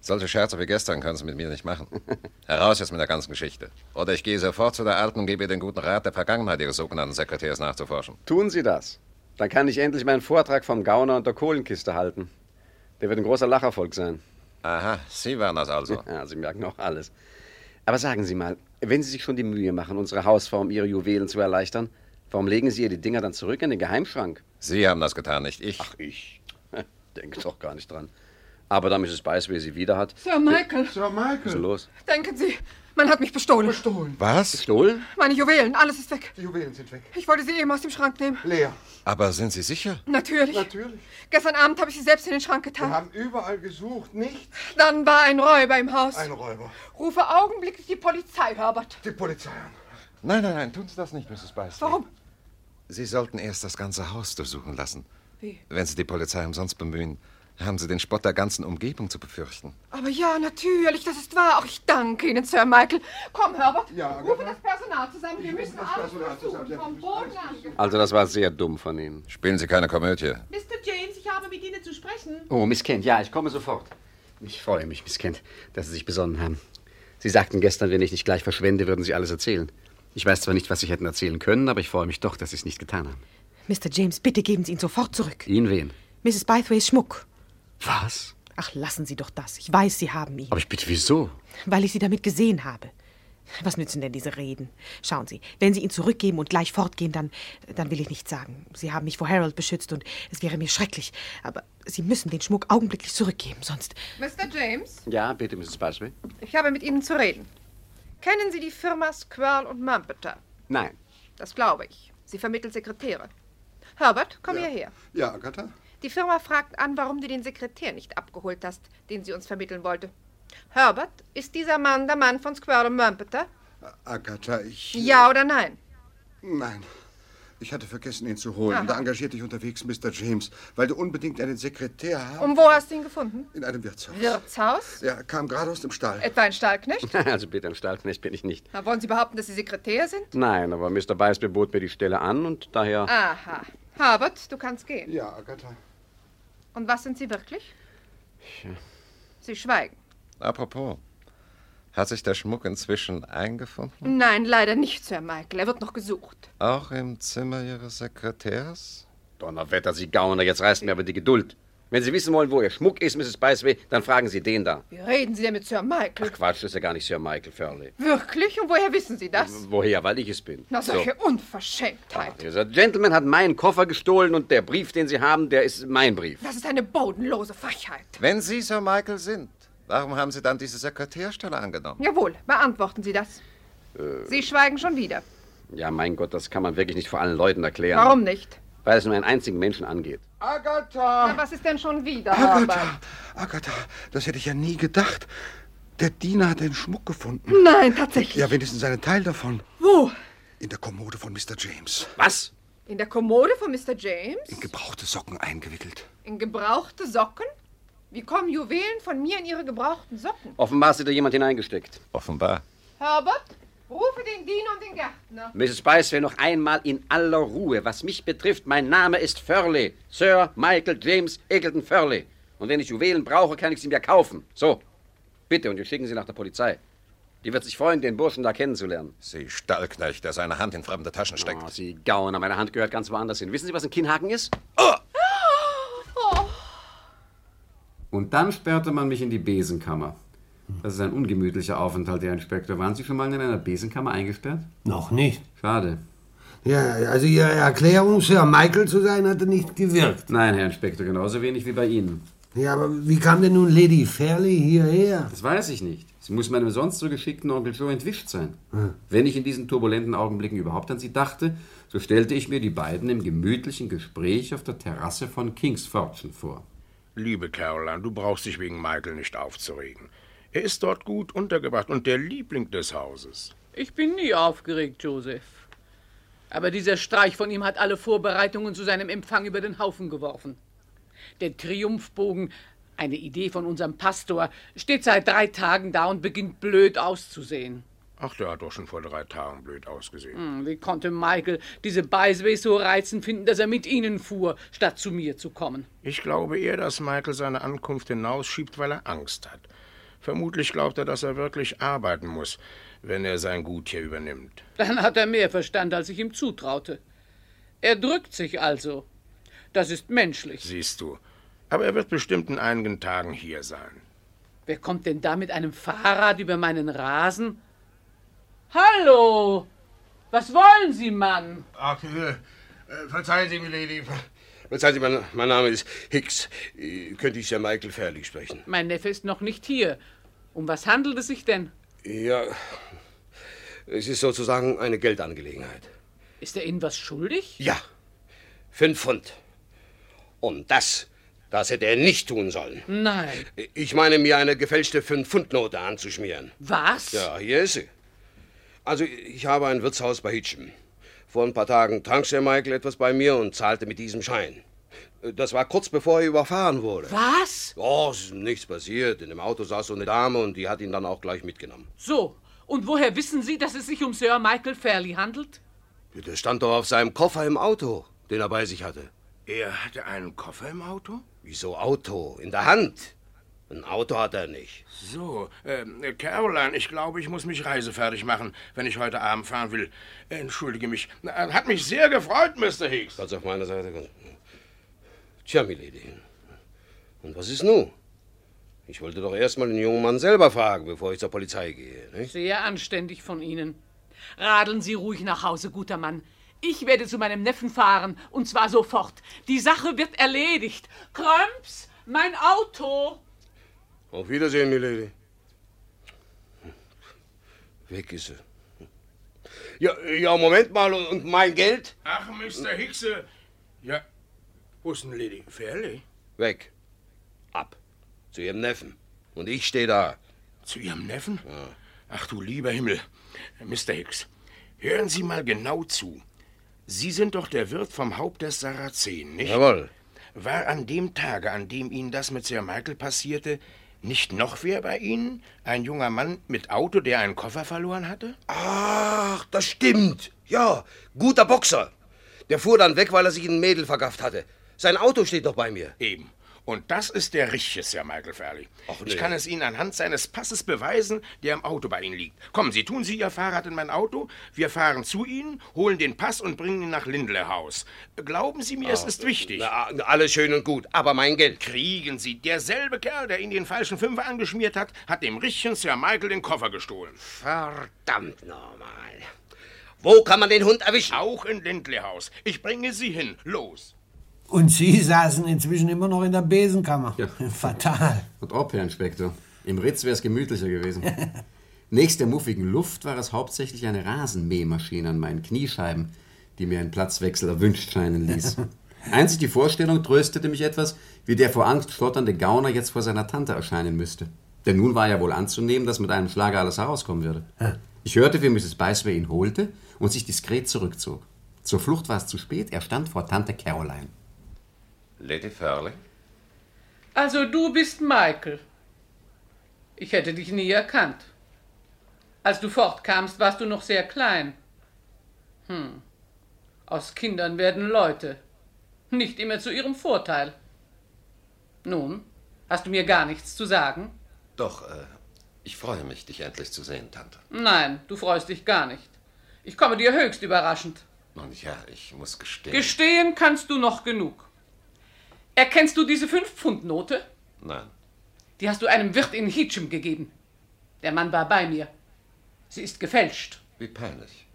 [SPEAKER 12] Solche Scherze wie gestern können Sie mit mir nicht machen. Heraus jetzt mit der ganzen Geschichte. Oder ich gehe sofort zu der Alten und gebe ihr den guten Rat, der Vergangenheit Ihres sogenannten Sekretärs nachzuforschen.
[SPEAKER 2] Tun Sie das. Dann kann ich endlich meinen Vortrag vom Gauner und der Kohlenkiste halten. Der wird ein großer Lacherfolg sein.
[SPEAKER 12] Aha, Sie waren das also.
[SPEAKER 2] Ja, Sie merken auch alles. Aber sagen Sie mal, wenn Sie sich schon die Mühe machen, unsere Hausfrau um ihre Juwelen zu erleichtern, warum legen Sie ihr die Dinger dann zurück in den Geheimschrank?
[SPEAKER 12] Sie haben das getan, nicht ich.
[SPEAKER 2] Ach, ich. Denke doch gar nicht dran. Aber da Mrs. Biceway sie wieder hat.
[SPEAKER 11] Sir Michael.
[SPEAKER 7] Sir
[SPEAKER 2] Was ist denn
[SPEAKER 7] Michael.
[SPEAKER 2] los?
[SPEAKER 11] Denken Sie, man hat mich bestohlen. Bestohlen?
[SPEAKER 12] Was?
[SPEAKER 2] Gestohlen?
[SPEAKER 11] Meine Juwelen, alles ist weg.
[SPEAKER 7] Die Juwelen sind weg.
[SPEAKER 11] Ich wollte sie eben aus dem Schrank nehmen.
[SPEAKER 7] Leer.
[SPEAKER 12] Aber sind Sie sicher?
[SPEAKER 11] Natürlich.
[SPEAKER 7] Natürlich.
[SPEAKER 11] Gestern Abend habe ich sie selbst in den Schrank getan.
[SPEAKER 7] Wir haben überall gesucht, nichts.
[SPEAKER 11] Dann war ein Räuber im Haus.
[SPEAKER 7] Ein Räuber.
[SPEAKER 11] Rufe augenblicklich die Polizei, Herbert.
[SPEAKER 7] Die Polizei an.
[SPEAKER 12] Nein, nein, nein, tun Sie das nicht, Mrs. Beisley.
[SPEAKER 11] Warum?
[SPEAKER 12] Sie sollten erst das ganze Haus durchsuchen lassen.
[SPEAKER 11] Wie?
[SPEAKER 12] Wenn Sie die Polizei umsonst bemühen, haben Sie den Spott der ganzen Umgebung zu befürchten.
[SPEAKER 11] Aber ja, natürlich, das ist wahr. Auch ich danke Ihnen, Sir Michael. Komm, Herbert.
[SPEAKER 7] Ja, ne?
[SPEAKER 11] Rufe das Personal zusammen. Wir müssen alles versuchen. Vom Boden an.
[SPEAKER 2] Also, das war sehr dumm von Ihnen.
[SPEAKER 12] Spielen Sie keine Komödie.
[SPEAKER 14] Mr. James, ich habe mit Ihnen zu sprechen.
[SPEAKER 2] Oh, Miss Kent, ja, ich komme sofort. Ich freue mich, Miss Kent, dass Sie sich besonnen haben. Sie sagten gestern, wenn ich nicht gleich verschwende, würden Sie alles erzählen. Ich weiß zwar nicht, was Sie hätten erzählen können, aber ich freue mich doch, dass Sie es nicht getan haben.
[SPEAKER 10] Mr. James, bitte geben Sie ihn sofort zurück.
[SPEAKER 2] Ihnen wen?
[SPEAKER 10] Mrs. Bythways Schmuck.
[SPEAKER 2] Was?
[SPEAKER 10] Ach, lassen Sie doch das. Ich weiß, Sie haben ihn,
[SPEAKER 2] Aber ich bitte, wieso?
[SPEAKER 10] weil ich Sie damit gesehen habe. Was nützen denn diese Reden? Schauen Sie, wenn Sie ihn zurückgeben und gleich fortgehen, dann, dann will ich nichts sagen. Sie haben mich vor Harold beschützt und es wäre mir schrecklich. Aber Sie müssen den Schmuck augenblicklich zurückgeben, sonst.
[SPEAKER 11] Mr. James,
[SPEAKER 2] Ja, bitte, Mrs. Bashley.
[SPEAKER 11] ich habe mit Ihnen zu reden. Kennen Sie die Firma Squirrel und Mumpeter?
[SPEAKER 2] Nein.
[SPEAKER 11] Das glaube ich. Sie vermittelt Sekretäre. Herbert, komm hierher.
[SPEAKER 7] Ja, Agatha?
[SPEAKER 11] Die Firma fragt an, warum du den Sekretär nicht abgeholt hast, den sie uns vermitteln wollte. Herbert, ist dieser Mann der Mann von Squirrel und Mumpeter?
[SPEAKER 7] Agatha, ich.
[SPEAKER 11] Ja oder nein?
[SPEAKER 7] Nein. Ich hatte vergessen, ihn zu holen.
[SPEAKER 11] Aha.
[SPEAKER 7] Da engagierte ich unterwegs Mr. James, weil du unbedingt einen Sekretär haben.
[SPEAKER 11] Und wo hast du ihn gefunden?
[SPEAKER 7] In einem Wirtshaus.
[SPEAKER 11] Wirtshaus?
[SPEAKER 7] Er kam gerade aus dem Stall.
[SPEAKER 11] Etwa ein Stallknecht?
[SPEAKER 2] Also bitte, ein Stallknecht bin ich nicht.
[SPEAKER 11] Na, wollen Sie behaupten, dass Sie Sekretär sind?
[SPEAKER 2] Nein, aber Mr. Beisby bot mir die Stelle an und daher...
[SPEAKER 11] Aha. Herbert, du kannst gehen.
[SPEAKER 7] Ja, Agatha.
[SPEAKER 11] Und was sind Sie wirklich? Sie schweigen.
[SPEAKER 12] Apropos, hat sich der Schmuck inzwischen eingefunden?
[SPEAKER 11] Nein, leider nicht, Sir Michael. Er wird noch gesucht.
[SPEAKER 12] Auch im Zimmer Ihres Sekretärs?
[SPEAKER 2] Donnerwetter, Sie Gauner, jetzt reißt mir aber die Geduld. Wenn Sie wissen wollen, wo Ihr Schmuck ist, Mrs. Beisby, dann fragen Sie den da.
[SPEAKER 11] Wie reden Sie denn mit Sir Michael?
[SPEAKER 2] Quatsch, das ist ja gar nicht Sir Michael Furley.
[SPEAKER 11] Wirklich? Und woher wissen Sie das?
[SPEAKER 2] Woher? Weil ich es bin.
[SPEAKER 11] Na,
[SPEAKER 2] So.
[SPEAKER 11] solche Unverschämtheit.
[SPEAKER 2] Dieser Gentleman hat meinen Koffer gestohlen und der Brief, den Sie haben, der ist mein Brief.
[SPEAKER 11] Das ist eine bodenlose Frechheit.
[SPEAKER 12] Wenn Sie Sir Michael sind, warum haben Sie dann diese Sekretärstelle angenommen?
[SPEAKER 11] Jawohl, beantworten Sie das. Sie schweigen schon wieder.
[SPEAKER 2] Äh, Ja, mein Gott, das kann man wirklich nicht vor allen Leuten erklären.
[SPEAKER 11] Warum nicht?
[SPEAKER 2] Weil es nur einen einzigen Menschen angeht.
[SPEAKER 11] Agatha! Na, was ist denn schon wieder,
[SPEAKER 7] Agatha!
[SPEAKER 11] Herbert?
[SPEAKER 7] Agatha, das hätte ich ja nie gedacht. Der Diener hat den Schmuck gefunden.
[SPEAKER 11] Nein, tatsächlich.
[SPEAKER 7] Ja, wenigstens einen Teil davon.
[SPEAKER 11] Wo?
[SPEAKER 7] In der Kommode von Mr. James.
[SPEAKER 2] Was?
[SPEAKER 11] In der Kommode von Mr. James?
[SPEAKER 7] In gebrauchte Socken eingewickelt.
[SPEAKER 11] In gebrauchte Socken? Wie kommen Juwelen von mir in Ihre gebrauchten Socken?
[SPEAKER 2] Offenbar ist da jemand hineingesteckt.
[SPEAKER 12] Offenbar.
[SPEAKER 11] Herbert, rufe den Diener und den Gärtner.
[SPEAKER 19] Mrs. Spice will noch einmal in aller Ruhe. Was mich betrifft, mein Name ist Furley. Sir Michael James Eggleton Furley. Und wenn ich Juwelen brauche, kann ich sie mir kaufen. So. Bitte, und wir schicken sie nach der Polizei. Die wird sich freuen, den Burschen da kennenzulernen.
[SPEAKER 13] Sie Stallknecht, der seine Hand in fremde Taschen steckt.
[SPEAKER 19] Oh, Sie Gauner, meine Hand gehört ganz woanders hin. Wissen Sie, was ein Kinnhaken ist?
[SPEAKER 13] Oh!
[SPEAKER 2] Und dann sperrte man mich in die Besenkammer. Das ist ein ungemütlicher Aufenthalt, Herr Inspektor. Waren Sie schon mal in einer Besenkammer eingesperrt?
[SPEAKER 1] Noch nicht.
[SPEAKER 2] Schade.
[SPEAKER 1] Ja, also Ihre Erklärung, Sir Michael zu sein, hatte nicht gewirkt.
[SPEAKER 2] Nein, Herr Inspektor, genauso wenig wie bei Ihnen.
[SPEAKER 1] Ja, aber wie kam denn nun Lady Fairley hierher?
[SPEAKER 2] Das weiß ich nicht. Sie muss meinem sonst so geschickten Onkel Joe entwischt sein.
[SPEAKER 1] Hm.
[SPEAKER 2] Wenn ich in diesen turbulenten Augenblicken überhaupt an sie dachte, so stellte ich mir die beiden im gemütlichen Gespräch auf der Terrasse von King's Fortune vor.
[SPEAKER 3] Liebe Caroline, du brauchst dich wegen Michael nicht aufzuregen. Er ist dort gut untergebracht und der Liebling des Hauses.
[SPEAKER 14] Ich bin nie aufgeregt, Joseph. Aber dieser Streich von ihm hat alle Vorbereitungen zu seinem Empfang über den Haufen geworfen. Der Triumphbogen, eine Idee von unserem Pastor, steht seit drei Tagen da und beginnt blöd auszusehen.
[SPEAKER 3] Ach, der hat doch schon vor drei Tagen blöd ausgesehen.
[SPEAKER 14] Hm, Wie konnte Michael diese Beisway so reizend finden, dass er mit ihnen fuhr, statt zu mir zu kommen?
[SPEAKER 3] Ich glaube eher, dass Michael seine Ankunft hinausschiebt, weil er Angst hat. Vermutlich glaubt er, dass er wirklich arbeiten muss, wenn er sein Gut hier übernimmt.
[SPEAKER 14] Dann hat er mehr Verstand, als ich ihm zutraute. Er drückt sich also. Das ist menschlich.
[SPEAKER 3] Siehst du. Aber er wird bestimmt in einigen Tagen hier sein.
[SPEAKER 14] Wer kommt denn da mit einem Fahrrad über meinen Rasen? Hallo! Was wollen Sie, Mann?
[SPEAKER 3] Ach, äh, äh, verzeihen Sie, Milady.
[SPEAKER 6] Verzeihen Sie, mein, mein Name ist Hicks. Äh, Könnte ich Sir Michael Fairley sprechen?
[SPEAKER 14] Mein Neffe ist noch nicht hier. Um was handelt es sich denn?
[SPEAKER 6] Ja, es ist sozusagen eine Geldangelegenheit.
[SPEAKER 14] Ist er Ihnen was schuldig?
[SPEAKER 6] Ja, fünf Pfund. Und das, das hätte er nicht tun sollen.
[SPEAKER 14] Nein.
[SPEAKER 6] Ich meine, mir eine gefälschte Fünf-Pfund-Note anzuschmieren.
[SPEAKER 14] Was?
[SPEAKER 6] Ja, hier ist sie. Also, ich habe ein Wirtshaus bei Hitchem. Vor ein paar Tagen trank Sir Michael etwas bei mir und zahlte mit diesem Schein. Das war kurz bevor er überfahren wurde.
[SPEAKER 14] Was?
[SPEAKER 6] Oh, es ist nichts passiert. In dem Auto saß so eine Dame und die hat ihn dann auch gleich mitgenommen.
[SPEAKER 14] So, und woher wissen Sie, dass es sich um Sir Michael Fairley handelt?
[SPEAKER 6] Das stand doch auf seinem Koffer im Auto, den er bei sich hatte.
[SPEAKER 3] Er hatte einen Koffer im Auto?
[SPEAKER 6] Wieso Auto? In der Hand. Ein Auto hat er nicht.
[SPEAKER 3] So, ähm, äh, Caroline, ich glaube, ich muss mich reisefertig machen, wenn ich heute Abend fahren will. Entschuldige mich. Na, Hat mich sehr gefreut, Mr. Hicks.
[SPEAKER 6] Ganz auf meiner Seite. ganz- Tja, Milady. Und was ist nun? Ich wollte doch erstmal den jungen Mann selber fragen, bevor ich zur Polizei gehe. Nicht?
[SPEAKER 14] Sehr anständig von Ihnen. Radeln Sie ruhig nach Hause, guter Mann. Ich werde zu meinem Neffen fahren, und zwar sofort. Die Sache wird erledigt. Kröms, mein Auto.
[SPEAKER 6] Auf Wiedersehen, Milady. Weg ist er. Ja, ja, Moment mal, und mein Geld?
[SPEAKER 3] Ach, Mr. Hickse. Ja, wo ist denn Lady Fairley?
[SPEAKER 6] Weg. Ab. Zu ihrem Neffen. Und ich stehe da.
[SPEAKER 3] Zu Ihrem Neffen? Ah. Ach du lieber Himmel. Mr. Hicks, hören Sie mal genau zu. Sie sind doch der Wirt vom Haupt des Sarazenen, nicht?
[SPEAKER 6] Jawohl.
[SPEAKER 3] War an dem Tage, an dem Ihnen das mit Sir Michael passierte, nicht noch wer bei Ihnen? Ein junger Mann mit Auto, der einen Koffer verloren hatte?
[SPEAKER 6] Ach, das stimmt. Ja, guter Boxer. Der fuhr dann weg, weil er sich ein Mädel vergafft hatte. Sein Auto steht noch bei mir.
[SPEAKER 3] Eben. Und das ist der richtige Sir Michael Fairley.
[SPEAKER 6] nee.
[SPEAKER 3] Ich kann es Ihnen anhand seines Passes beweisen, der im Auto bei Ihnen liegt. Kommen Sie, tun Sie Ihr Fahrrad in mein Auto. Wir fahren zu Ihnen, holen den Pass und bringen ihn nach Lindlehaus. Glauben Sie mir, es
[SPEAKER 6] Ah,
[SPEAKER 3] ist wichtig.
[SPEAKER 6] alles schön und gut, aber mein Geld.
[SPEAKER 3] Kriegen Sie. Derselbe Kerl, der Ihnen den falschen Fünfer angeschmiert hat, hat dem richtigen Sir Michael den Koffer gestohlen.
[SPEAKER 6] Verdammt nochmal. Wo kann man den Hund erwischen?
[SPEAKER 3] Auch in Lindlehaus. Ich bringe Sie hin. Los.
[SPEAKER 1] Und Sie saßen inzwischen immer noch in der Besenkammer. Fatal.
[SPEAKER 2] Und ob, Herr Inspektor. Im Ritz wäre es gemütlicher gewesen. Nächst der muffigen Luft war es hauptsächlich eine Rasenmähmaschine an meinen Kniescheiben, die mir einen Platzwechsel erwünscht scheinen ließ. Einzig die Vorstellung tröstete mich etwas, wie der vor Angst schlotternde Gauner jetzt vor seiner Tante erscheinen müsste. Denn nun war ja wohl anzunehmen, dass mit einem Schlage alles herauskommen würde. Ich hörte, wie Mrs. Beißwer ihn holte und sich diskret zurückzog. Zur Flucht war es zu spät, er stand vor Tante Caroline.
[SPEAKER 13] Lady Fairley?
[SPEAKER 14] Also du bist Michael. Ich hätte dich nie erkannt. Als du fortkamst, warst du noch sehr klein. Hm. Aus Kindern werden Leute. Nicht immer zu ihrem Vorteil. Nun, hast du mir gar nichts zu sagen?
[SPEAKER 12] Doch, äh, ich freue mich, dich endlich zu sehen, Tante.
[SPEAKER 14] Nein, du freust dich gar nicht. Ich komme dir höchst überraschend.
[SPEAKER 12] Nun ja, ich muss gestehen.
[SPEAKER 14] Gestehen kannst du noch genug. Erkennst du diese Fünf-Pfund-Note?
[SPEAKER 12] Nein.
[SPEAKER 14] Die hast du einem Wirt in Hitchem gegeben. Der Mann war bei mir. Sie ist gefälscht.
[SPEAKER 12] Wie peinlich.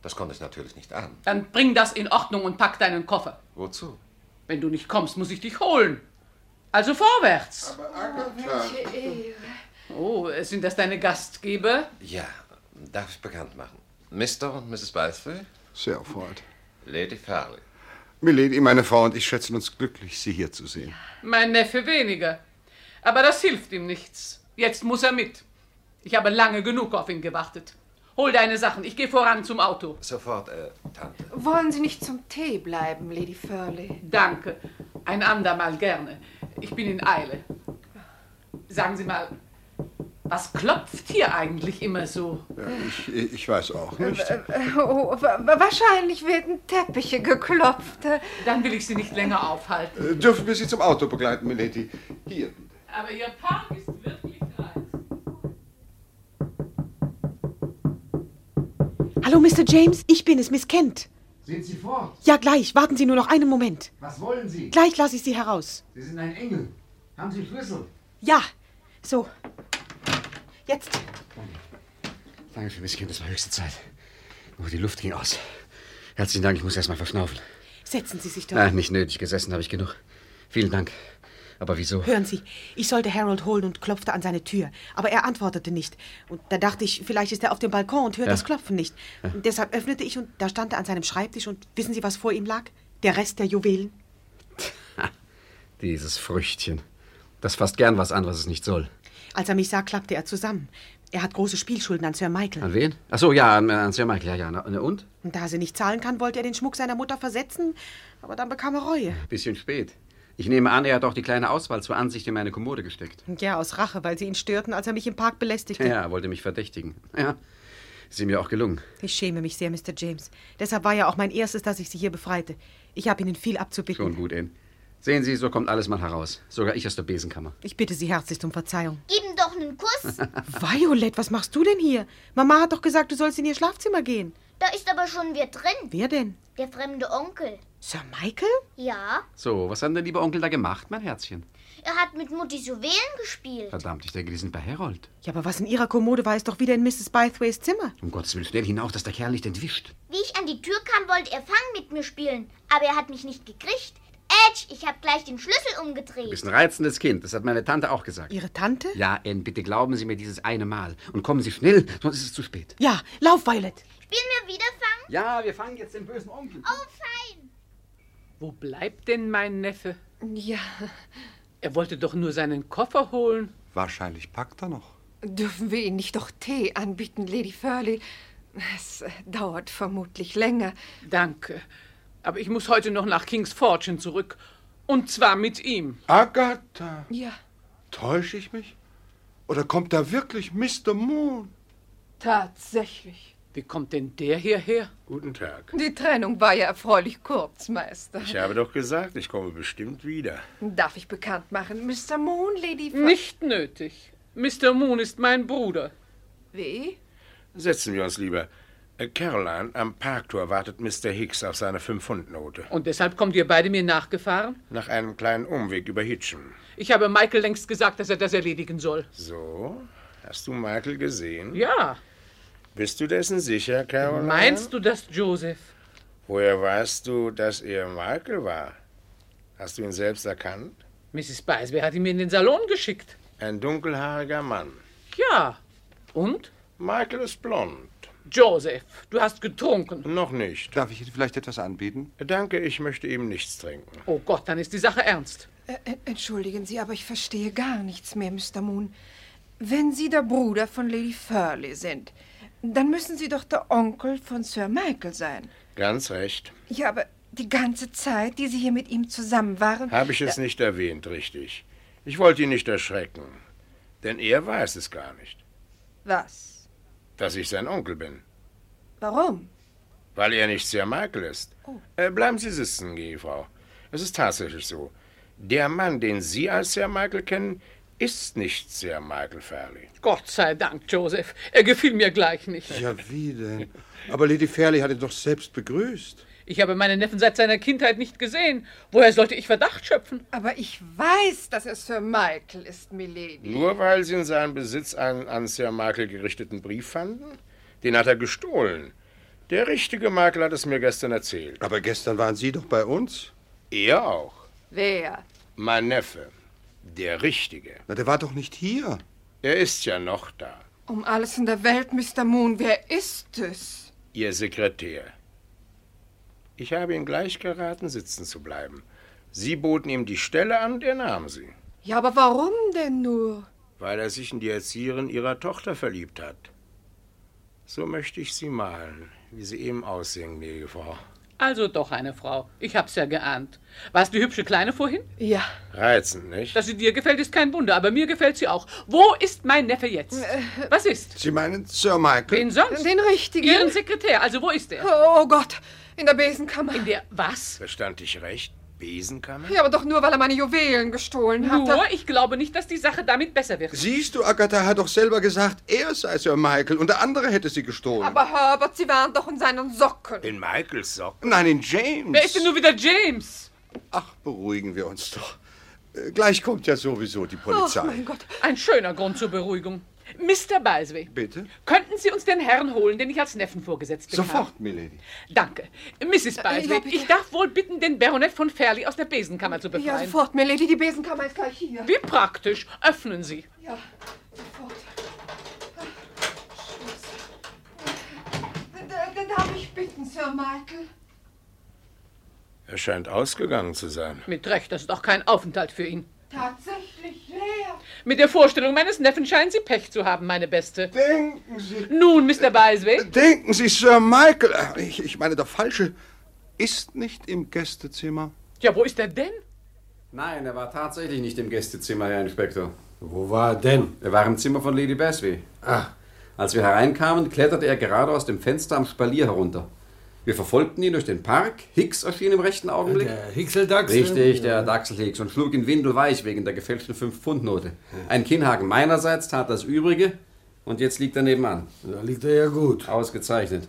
[SPEAKER 12] Das konnte ich natürlich nicht ahnen.
[SPEAKER 14] Dann bring das in Ordnung und pack deinen Koffer.
[SPEAKER 12] Wozu?
[SPEAKER 14] Wenn du nicht kommst, muss ich dich holen. Also vorwärts. Oh, sind das deine Gastgeber?
[SPEAKER 12] Ja, darf ich bekannt machen. Mr. und Mrs. Balfour,
[SPEAKER 7] Sehr erfreut.
[SPEAKER 12] Lady Farley.
[SPEAKER 7] Milady, meine Frau und ich schätzen uns glücklich, Sie hier zu sehen.
[SPEAKER 14] Mein Neffe weniger. Aber das hilft ihm nichts. Jetzt muss er mit. Ich habe lange genug auf ihn gewartet. Hol deine Sachen, ich gehe voran zum Auto.
[SPEAKER 12] Sofort, äh, Tante.
[SPEAKER 11] Wollen Sie nicht zum Tee bleiben, Lady Furley?
[SPEAKER 14] Danke. Ein andermal gerne. Ich bin in Eile. Sagen Sie mal, was klopft hier eigentlich immer so?
[SPEAKER 7] Ja, ich, ich weiß auch
[SPEAKER 11] Äh,
[SPEAKER 7] nicht.
[SPEAKER 11] äh, Oh, wa- wa- wahrscheinlich werden Teppiche geklopft.
[SPEAKER 14] Dann will ich Sie nicht länger aufhalten.
[SPEAKER 7] Äh, Dürfen wir Sie zum Auto begleiten, Milady? Hier.
[SPEAKER 14] Aber Ihr Park ist wirklich
[SPEAKER 10] Hallo, Mr. James, ich bin es, Miss Kent.
[SPEAKER 20] Sind Sie fort?
[SPEAKER 10] Ja, gleich. Warten Sie nur noch einen Moment.
[SPEAKER 20] Was wollen Sie?
[SPEAKER 10] Gleich lasse ich Sie heraus.
[SPEAKER 20] Sie sind ein Engel. Haben Sie Schlüssel?
[SPEAKER 10] Ja, so. Jetzt.
[SPEAKER 2] Danke, Miss Kind, das war höchste Zeit. Oh, die Luft ging aus. Herzlichen Dank, ich muss erst mal verschnaufen.
[SPEAKER 10] Setzen Sie sich doch.
[SPEAKER 2] Nein, nicht nötig, gesessen habe ich genug. Vielen Dank. Aber wieso?
[SPEAKER 10] Hören Sie, ich sollte Harold holen und klopfte an seine Tür, aber er antwortete nicht. Und da dachte ich, vielleicht ist er auf dem Balkon und hört
[SPEAKER 2] Ja.
[SPEAKER 10] das Klopfen nicht.
[SPEAKER 2] Ja.
[SPEAKER 10] Und deshalb öffnete ich und da stand er an seinem Schreibtisch und wissen Sie, was vor ihm lag? Der Rest der Juwelen.
[SPEAKER 2] Dieses Früchtchen. Das fasst gern was an, was es nicht soll.
[SPEAKER 10] Als er mich sah, klappte er zusammen. Er hat große Spielschulden an Sir Michael.
[SPEAKER 2] An wen? Ach so, ja, an, an Sir Michael, ja, ja. Na, und?
[SPEAKER 10] Und da er sie nicht zahlen kann, wollte er den Schmuck seiner Mutter versetzen, aber dann bekam er Reue.
[SPEAKER 2] Bisschen spät. Ich nehme an, er hat auch die kleine Auswahl zur Ansicht in meine Kommode gesteckt.
[SPEAKER 10] Und ja, aus Rache, weil sie ihn störten, als er mich im Park belästigte.
[SPEAKER 2] Ja, er wollte mich verdächtigen. Ja, ist ihm ja auch gelungen.
[SPEAKER 10] Ich schäme mich sehr, Mr. James. Deshalb war ja auch mein erstes, dass ich Sie hier befreite. Ich habe Ihnen viel abzubitten.
[SPEAKER 2] Schon gut, Ann. Sehen Sie, so kommt alles mal heraus. Sogar ich aus der Besenkammer.
[SPEAKER 10] Ich bitte Sie herzlich um Verzeihung.
[SPEAKER 9] Gib ihm doch einen Kuss.
[SPEAKER 10] Violet, was machst du denn hier? Mama hat doch gesagt, du sollst in ihr Schlafzimmer gehen.
[SPEAKER 9] Da ist aber schon wer drin.
[SPEAKER 10] Wer denn?
[SPEAKER 9] Der fremde Onkel.
[SPEAKER 10] Sir Michael?
[SPEAKER 9] Ja,
[SPEAKER 2] So, was hat denn der liebe Onkel da gemacht, mein Herzchen?
[SPEAKER 9] er hat mit Muttis Juwelen gespielt.
[SPEAKER 2] Verdammt, ich denke, die sind bei Herold.
[SPEAKER 10] Ja, aber was in ihrer Kommode war, ist doch wieder in Mrs. Bythways Zimmer.
[SPEAKER 2] Um Gottes Willen, schnell hinauf, dass der Kerl nicht entwischt.
[SPEAKER 9] Wie ich an die Tür kam, wollte er Fang mit mir spielen, aber er hat mich nicht gekriegt. Edge, ich hab gleich den Schlüssel
[SPEAKER 2] Du
[SPEAKER 9] umgedreht.
[SPEAKER 2] bist ein reizendes Kind, das hat meine Tante auch gesagt.
[SPEAKER 10] Ihre Tante?
[SPEAKER 2] Ja, Ann, bitte glauben Sie mir dieses eine Mal. Und kommen Sie schnell, sonst ist es zu spät.
[SPEAKER 10] Ja, lauf, Violet.
[SPEAKER 9] Spielen wir wieder Fang?
[SPEAKER 2] Ja, wir fangen jetzt den bösen Onkel.
[SPEAKER 9] Oh, fein.
[SPEAKER 14] Wo bleibt denn mein Neffe?
[SPEAKER 11] Ja.
[SPEAKER 14] Er wollte doch nur seinen Koffer holen.
[SPEAKER 21] Wahrscheinlich packt er noch.
[SPEAKER 11] Dürfen wir Ihnen nicht doch Tee anbieten, Lady Furley? Es äh, dauert vermutlich länger.
[SPEAKER 14] Danke. Aber ich muss heute noch nach King's Fortune zurück. Und zwar mit ihm.
[SPEAKER 21] Agatha,
[SPEAKER 11] Ja.
[SPEAKER 21] täusche ich mich? Oder kommt da wirklich Mr. Moon?
[SPEAKER 11] Tatsächlich.
[SPEAKER 14] Wie kommt denn der hierher?
[SPEAKER 3] Guten Tag.
[SPEAKER 11] Die Trennung war ja erfreulich kurz, Meister.
[SPEAKER 3] Ich habe doch gesagt, ich komme bestimmt wieder.
[SPEAKER 11] Darf ich bekannt machen, Mr. Moon, Lady Furley?
[SPEAKER 14] Nicht nötig. Mr. Moon ist mein Bruder.
[SPEAKER 11] Wie?
[SPEAKER 3] Setzen wir uns lieber. Äh, Caroline, am Parktor wartet Mr. Hicks auf seine 5-Pfund-Note.
[SPEAKER 14] Und deshalb kommt ihr beide mir nachgefahren?
[SPEAKER 3] Nach einem kleinen Umweg über Hitchen.
[SPEAKER 14] Ich habe Michael längst gesagt, dass er das erledigen soll.
[SPEAKER 3] So, hast du Michael gesehen?
[SPEAKER 14] Ja.
[SPEAKER 3] Bist du dessen sicher, Caroline?
[SPEAKER 14] Meinst du das, Joseph?
[SPEAKER 3] Woher weißt du, dass er Michael war? Hast du ihn selbst erkannt?
[SPEAKER 14] Mrs. Beisby hat ihn mir in den Salon geschickt.
[SPEAKER 3] Ein dunkelhaariger Mann.
[SPEAKER 14] Ja. Und?
[SPEAKER 3] Michael ist blond.
[SPEAKER 14] Joseph, du hast getrunken.
[SPEAKER 3] Noch nicht.
[SPEAKER 21] Darf ich Ihnen vielleicht etwas anbieten?
[SPEAKER 3] Danke, ich möchte ihm nichts trinken.
[SPEAKER 14] Oh Gott, dann ist die Sache ernst.
[SPEAKER 11] Äh, äh, Entschuldigen Sie, aber ich verstehe gar nichts mehr, Mr. Moon. Wenn Sie der Bruder von Lady Furley sind, dann müssen Sie doch der Onkel von Sir Michael sein.
[SPEAKER 3] Ganz recht.
[SPEAKER 11] Ja, aber die ganze Zeit, die Sie hier mit ihm zusammen waren.
[SPEAKER 3] Habe ich es nicht erwähnt, richtig. Ich wollte ihn nicht erschrecken. Denn er weiß es gar nicht.
[SPEAKER 11] Was?
[SPEAKER 3] dass ich sein Onkel bin,
[SPEAKER 11] Warum?
[SPEAKER 3] weil er nicht Sir Michael ist.
[SPEAKER 11] Oh.
[SPEAKER 3] Äh, bleiben Sie sitzen, Ehefrau. Es ist tatsächlich so. Der Mann, den Sie als Sir Michael kennen, ist nicht Sir Michael Fairley.
[SPEAKER 14] Gott sei Dank, Joseph. Er gefiel mir gleich nicht.
[SPEAKER 7] Ja, wie denn? Aber Lady Fairley hat ihn doch selbst begrüßt.
[SPEAKER 14] Ich habe meinen Neffen seit seiner Kindheit nicht gesehen. Woher sollte ich Verdacht schöpfen?
[SPEAKER 11] Aber ich weiß, dass es für Michael ist, Milady.
[SPEAKER 3] Nur weil Sie in seinem Besitz einen an Sir Michael gerichteten Brief fanden? Den hat er gestohlen. Der richtige Makler hat es mir gestern erzählt.
[SPEAKER 7] Aber gestern waren Sie doch bei uns?
[SPEAKER 3] Er auch.
[SPEAKER 11] Wer?
[SPEAKER 3] Mein Neffe. Der Richtige.
[SPEAKER 7] Na, der war doch nicht hier.
[SPEAKER 3] Er ist ja noch da.
[SPEAKER 11] Um alles in der Welt, Mr. Moon, wer ist es?
[SPEAKER 3] Ihr Sekretär. Ich habe ihm gleich geraten, sitzen zu bleiben. Sie boten ihm die Stelle an und er nahm sie,
[SPEAKER 11] Ja, aber warum denn nur?
[SPEAKER 3] weil er sich in die Erzieherin ihrer Tochter verliebt hat. So möchte ich sie malen, wie sie eben aussehen, gnädige Frau.
[SPEAKER 14] Also doch eine Frau. Ich hab's ja geahnt. War's die hübsche Kleine vorhin?
[SPEAKER 11] Ja.
[SPEAKER 3] Reizend, nicht?
[SPEAKER 14] Dass sie dir gefällt, ist kein Wunder, aber mir gefällt sie auch. Wo ist mein Neffe jetzt? Was ist?
[SPEAKER 7] Sie meinen Sir Michael?
[SPEAKER 14] Wen sonst?
[SPEAKER 11] Äh, Den richtigen.
[SPEAKER 14] Ihren Sekretär. Also wo ist er?
[SPEAKER 11] Oh Gott, in der Besenkammer.
[SPEAKER 14] In der was?
[SPEAKER 3] Verstand ich recht? Besenkammer?
[SPEAKER 11] Ja, aber doch nur, weil er meine Juwelen gestohlen hat.
[SPEAKER 14] Nur, ich glaube nicht, dass die Sache damit besser wird.
[SPEAKER 7] Siehst du, Agatha hat doch selber gesagt, er sei Sir Michael und der andere hätte sie gestohlen.
[SPEAKER 11] Aber Herbert, Sie waren doch in seinen Socken.
[SPEAKER 3] In Michaels Socken?
[SPEAKER 7] Nein, in James.
[SPEAKER 14] Wer ist denn nur wieder James?
[SPEAKER 7] Ach, beruhigen wir uns doch. Äh, Gleich kommt ja sowieso die
[SPEAKER 14] Ach,
[SPEAKER 7] Polizei.
[SPEAKER 14] Oh mein Gott. Ein schöner Grund zur Beruhigung. Mr. Balsway,
[SPEAKER 7] Bitte?
[SPEAKER 14] könnten Sie uns den Herrn holen, den ich als Neffen vorgesetzt bekam?
[SPEAKER 7] Sofort, Milady.
[SPEAKER 14] Danke.
[SPEAKER 11] Äh,
[SPEAKER 14] Mrs. Balsway, ich darf wohl bitten, den Baronet von Fairley aus der Besenkammer zu befreien.
[SPEAKER 11] Ja, sofort, Milady, die Besenkammer ist gleich hier.
[SPEAKER 14] Wie praktisch. Öffnen Sie.
[SPEAKER 11] Ja, sofort. Schluss. Darf ich bitten, Sir Michael?
[SPEAKER 3] Er scheint ausgegangen zu sein.
[SPEAKER 14] Mit Recht, das ist auch kein Aufenthalt für ihn.
[SPEAKER 11] Tatsächlich leer.
[SPEAKER 14] Mit der Vorstellung meines Neffen scheinen Sie Pech zu haben, meine Beste.
[SPEAKER 7] Denken Sie.
[SPEAKER 14] Nun, Mr. Balsway.
[SPEAKER 7] Denken Sie, Sir Michael, äh, ich, ich meine, der Falsche ist nicht im Gästezimmer.
[SPEAKER 14] Ja, wo ist er denn?
[SPEAKER 2] Nein, er war tatsächlich nicht im Gästezimmer, Herr Inspektor.
[SPEAKER 1] Wo war er denn?
[SPEAKER 2] Er war im Zimmer von Lady Basby.
[SPEAKER 1] Ah.
[SPEAKER 2] Als wir hereinkamen, kletterte er gerade aus dem Fenster am Spalier herunter. Wir verfolgten ihn durch den Park. Hicks erschien im rechten Augenblick.
[SPEAKER 1] Der Hickseldachs.
[SPEAKER 2] Richtig, der Dachselhicks und schlug ihn windelweich wegen der gefälschten 5-Pfund-Note. Ein Kinnhaken meinerseits tat das Übrige und jetzt liegt er nebenan.
[SPEAKER 1] Da liegt er ja gut.
[SPEAKER 2] Ausgezeichnet.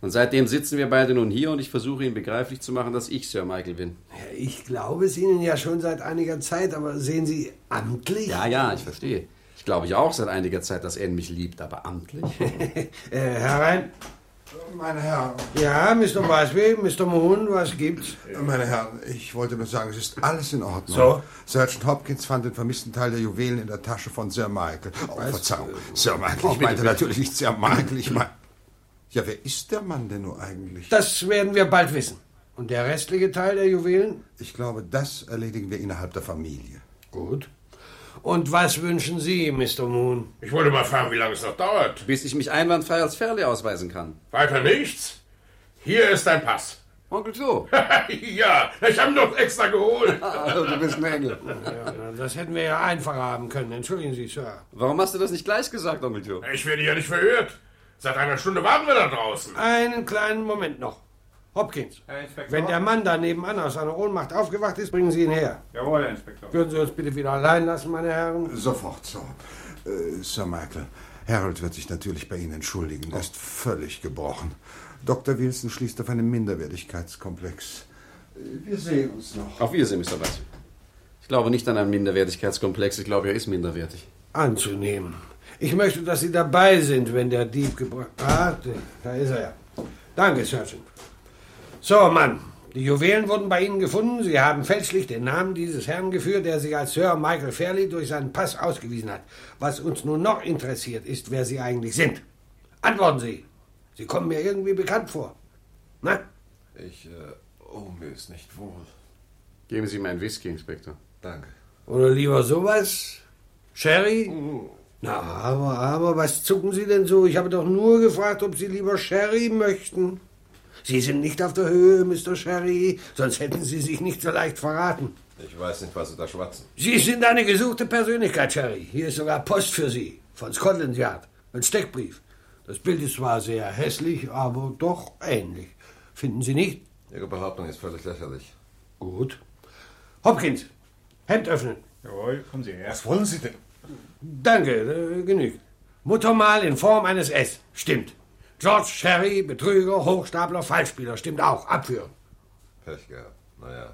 [SPEAKER 2] Und seitdem sitzen wir beide nun hier und ich versuche ihm begreiflich zu machen, dass ich Sir Michael bin.
[SPEAKER 1] Ich glaube es Ihnen ja schon seit einiger Zeit, aber sehen Sie, amtlich?
[SPEAKER 2] Ja, ja, ich verstehe. Ich glaube ja auch seit einiger Zeit, dass er mich liebt, aber amtlich?
[SPEAKER 1] Äh, herein.
[SPEAKER 7] Meine Herren,
[SPEAKER 1] Ja, Mr. Basby, Mr. Moon, was gibt's?
[SPEAKER 7] Äh, meine Herren, ich wollte nur sagen, es ist alles in Ordnung.
[SPEAKER 1] So?
[SPEAKER 7] Sergeant Hopkins fand den vermissten Teil der Juwelen in der Tasche von Sir Michael. Oh, Verzeihung, Sir Michael. ich
[SPEAKER 1] bitte,
[SPEAKER 7] meinte
[SPEAKER 1] bitte.
[SPEAKER 7] natürlich nicht Sir Michael, ich meine... Ja, wer ist der Mann denn nur eigentlich?
[SPEAKER 1] Das werden wir bald wissen. Und der restliche Teil der Juwelen?
[SPEAKER 7] Ich glaube, das erledigen wir innerhalb der Familie.
[SPEAKER 1] Gut. Und was wünschen Sie, Mr. Moon?
[SPEAKER 22] Ich wollte mal fragen, wie lange es noch dauert.
[SPEAKER 2] Bis ich mich einwandfrei als Fairley ausweisen kann.
[SPEAKER 22] Weiter nichts? Hier ist dein Pass.
[SPEAKER 2] Onkel Joe.
[SPEAKER 22] ja, ich habe ihn doch extra geholt.
[SPEAKER 7] Also,
[SPEAKER 2] du bist ein Engel.
[SPEAKER 1] Ja, das hätten wir ja einfacher haben können. Entschuldigen Sie, Sir.
[SPEAKER 2] Warum hast du das nicht gleich gesagt, Onkel Joe?
[SPEAKER 22] Ich werde ja nicht verhört. Seit einer Stunde warten wir da draußen.
[SPEAKER 1] Einen kleinen Moment noch. Hopkins, wenn der Mann da nebenan aus seiner Ohnmacht aufgewacht ist, bringen Sie ihn her.
[SPEAKER 23] Jawohl, Herr Inspektor.
[SPEAKER 1] Würden Sie uns bitte wieder allein lassen, meine Herren?
[SPEAKER 7] Sofort, so. Äh, Sir Michael, Harold wird sich natürlich bei Ihnen entschuldigen. Er ist völlig gebrochen. Dr. Wilson schließt auf einen Minderwertigkeitskomplex. Äh, Wir sehen uns noch.
[SPEAKER 2] Auf Wiedersehen, Mr. Weiss. Ich glaube nicht an einen Minderwertigkeitskomplex. Ich glaube, er ist minderwertig.
[SPEAKER 1] Anzunehmen. Ich möchte, dass Sie dabei sind, wenn der Dieb gebracht... Ah, da ist er ja. Danke, Sergeant. So, Mann. Die Juwelen wurden bei Ihnen gefunden. Sie haben fälschlich den Namen dieses Herrn geführt, der sich als Sir Michael Fairley durch seinen Pass ausgewiesen hat. Was uns nun noch interessiert, ist, wer Sie eigentlich sind. Antworten Sie. Sie kommen mir irgendwie bekannt vor. Na?
[SPEAKER 12] Ich, äh, oh, mir ist nicht wohl.
[SPEAKER 2] Geben Sie mir einen Whisky, Inspektor.
[SPEAKER 12] Danke.
[SPEAKER 1] Oder lieber sowas? Sherry? Na, aber, aber, was zucken Sie denn so? Ich habe doch nur gefragt, ob Sie lieber Sherry möchten. Sie sind nicht auf der Höhe, Mr. Sherry, sonst hätten Sie sich nicht so leicht verraten.
[SPEAKER 12] Ich weiß nicht, was Sie da schwatzen.
[SPEAKER 1] Sie sind eine gesuchte Persönlichkeit, Sherry. Hier ist sogar Post für Sie von Scotland Yard. Ein Steckbrief. Das Bild ist zwar sehr hässlich, aber doch ähnlich. Finden Sie nicht?
[SPEAKER 13] Ihre Behauptung ist völlig lächerlich.
[SPEAKER 1] Gut. Hopkins, Hemd öffnen.
[SPEAKER 24] Jawohl, kommen Sie her.
[SPEAKER 1] Was wollen Sie denn? Danke, äh, genügt. Muttermal in Form eines S. Stimmt. George Sherry, Betrüger, Hochstapler, Fallspieler. Stimmt auch. Abführen.
[SPEAKER 13] Pech gehabt. Naja.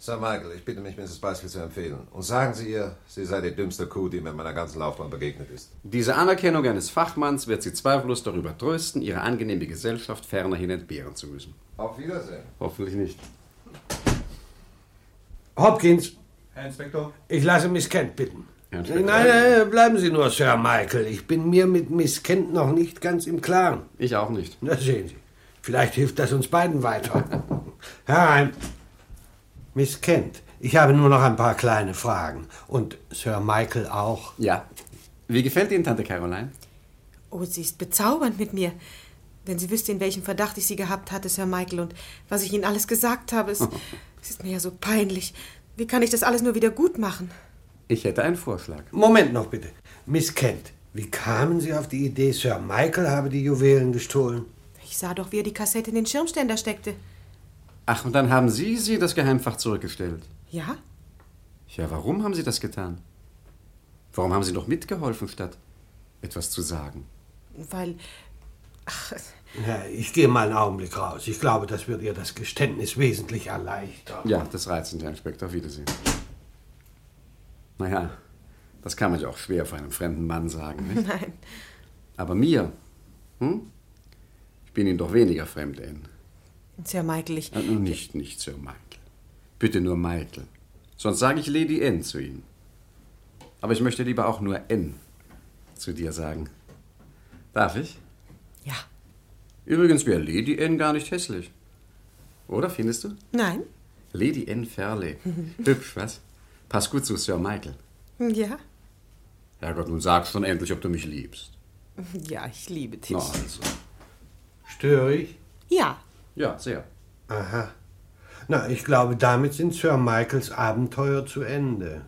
[SPEAKER 13] Sir Michael, ich bitte mich, Mrs. Beisfield zu empfehlen. Und sagen Sie ihr, sie sei die dümmste Kuh, die mir in meiner ganzen Laufbahn begegnet ist.
[SPEAKER 2] Diese Anerkennung eines Fachmanns wird sie zweifellos darüber trösten, ihre angenehme Gesellschaft fernerhin entbehren zu müssen.
[SPEAKER 13] Auf Wiedersehen.
[SPEAKER 2] Hoffentlich nicht.
[SPEAKER 1] Hopkins,
[SPEAKER 24] Herr Inspektor.
[SPEAKER 1] ich lasse Miss Kent bitten.
[SPEAKER 2] Herr
[SPEAKER 1] Nein,
[SPEAKER 2] Inspektor.
[SPEAKER 1] nein, bleiben Sie nur, Sir Michael. Ich bin mir mit Miss Kent noch nicht ganz im Klaren.
[SPEAKER 2] Ich auch nicht.
[SPEAKER 1] Na, sehen Sie. Vielleicht hilft das uns beiden weiter. Herein. Miss Kent, ich habe nur noch ein paar kleine Fragen. Und Sir Michael auch.
[SPEAKER 2] Ja. Wie gefällt Ihnen Tante Caroline?
[SPEAKER 10] Oh, sie ist bezaubernd mit mir. Wenn sie wüsste, in welchem Verdacht ich sie gehabt hatte, Sir Michael, und was ich Ihnen alles gesagt habe, es, es ist mir ja so peinlich. Wie kann ich das alles nur wieder gut machen?
[SPEAKER 2] Ich hätte einen Vorschlag.
[SPEAKER 1] Moment noch bitte. Miss Kent, wie kamen Sie auf die Idee, Sir Michael habe die Juwelen gestohlen?
[SPEAKER 10] Ich sah doch, wie er die Kassette in den Schirmständer steckte.
[SPEAKER 2] Ach, und dann haben Sie sie das Geheimfach zurückgestellt.
[SPEAKER 10] Ja?
[SPEAKER 2] Ja, warum haben Sie das getan? Warum haben Sie doch mitgeholfen, statt etwas zu sagen?
[SPEAKER 10] Weil. Ach,
[SPEAKER 1] Ja, ich gehe mal einen Augenblick raus. Ich glaube, das wird ihr das Geständnis wesentlich erleichtern.
[SPEAKER 2] Ja, das reizend, Herr Inspektor. Auf Wiedersehen. Naja, das kann man ja auch schwer von einem fremden Mann sagen. Nicht?
[SPEAKER 10] nein.
[SPEAKER 2] Aber mir, hm? ich bin Ihnen doch weniger fremd, Anne.
[SPEAKER 10] Sir Michael, ich.
[SPEAKER 2] Äh, Nicht, nicht Sir Michael. Bitte nur Michael. Sonst sage ich Lady N zu Ihnen. Aber ich möchte lieber auch nur N zu dir sagen. Darf ich?
[SPEAKER 10] Ja.
[SPEAKER 2] Übrigens wäre Lady N gar nicht hässlich. Oder findest du?
[SPEAKER 10] Nein?
[SPEAKER 2] Lady N Fairley. Hübsch, was? Pass gut zu Sir Michael.
[SPEAKER 10] Ja?
[SPEAKER 2] Herrgott, nun sag schon endlich, ob du mich liebst.
[SPEAKER 10] Ja, ich liebe dich.
[SPEAKER 2] Na also.
[SPEAKER 1] Störe ich?
[SPEAKER 10] Ja.
[SPEAKER 2] Ja, sehr.
[SPEAKER 1] Aha. Na, ich glaube, damit sind Sir Michaels Abenteuer zu Ende.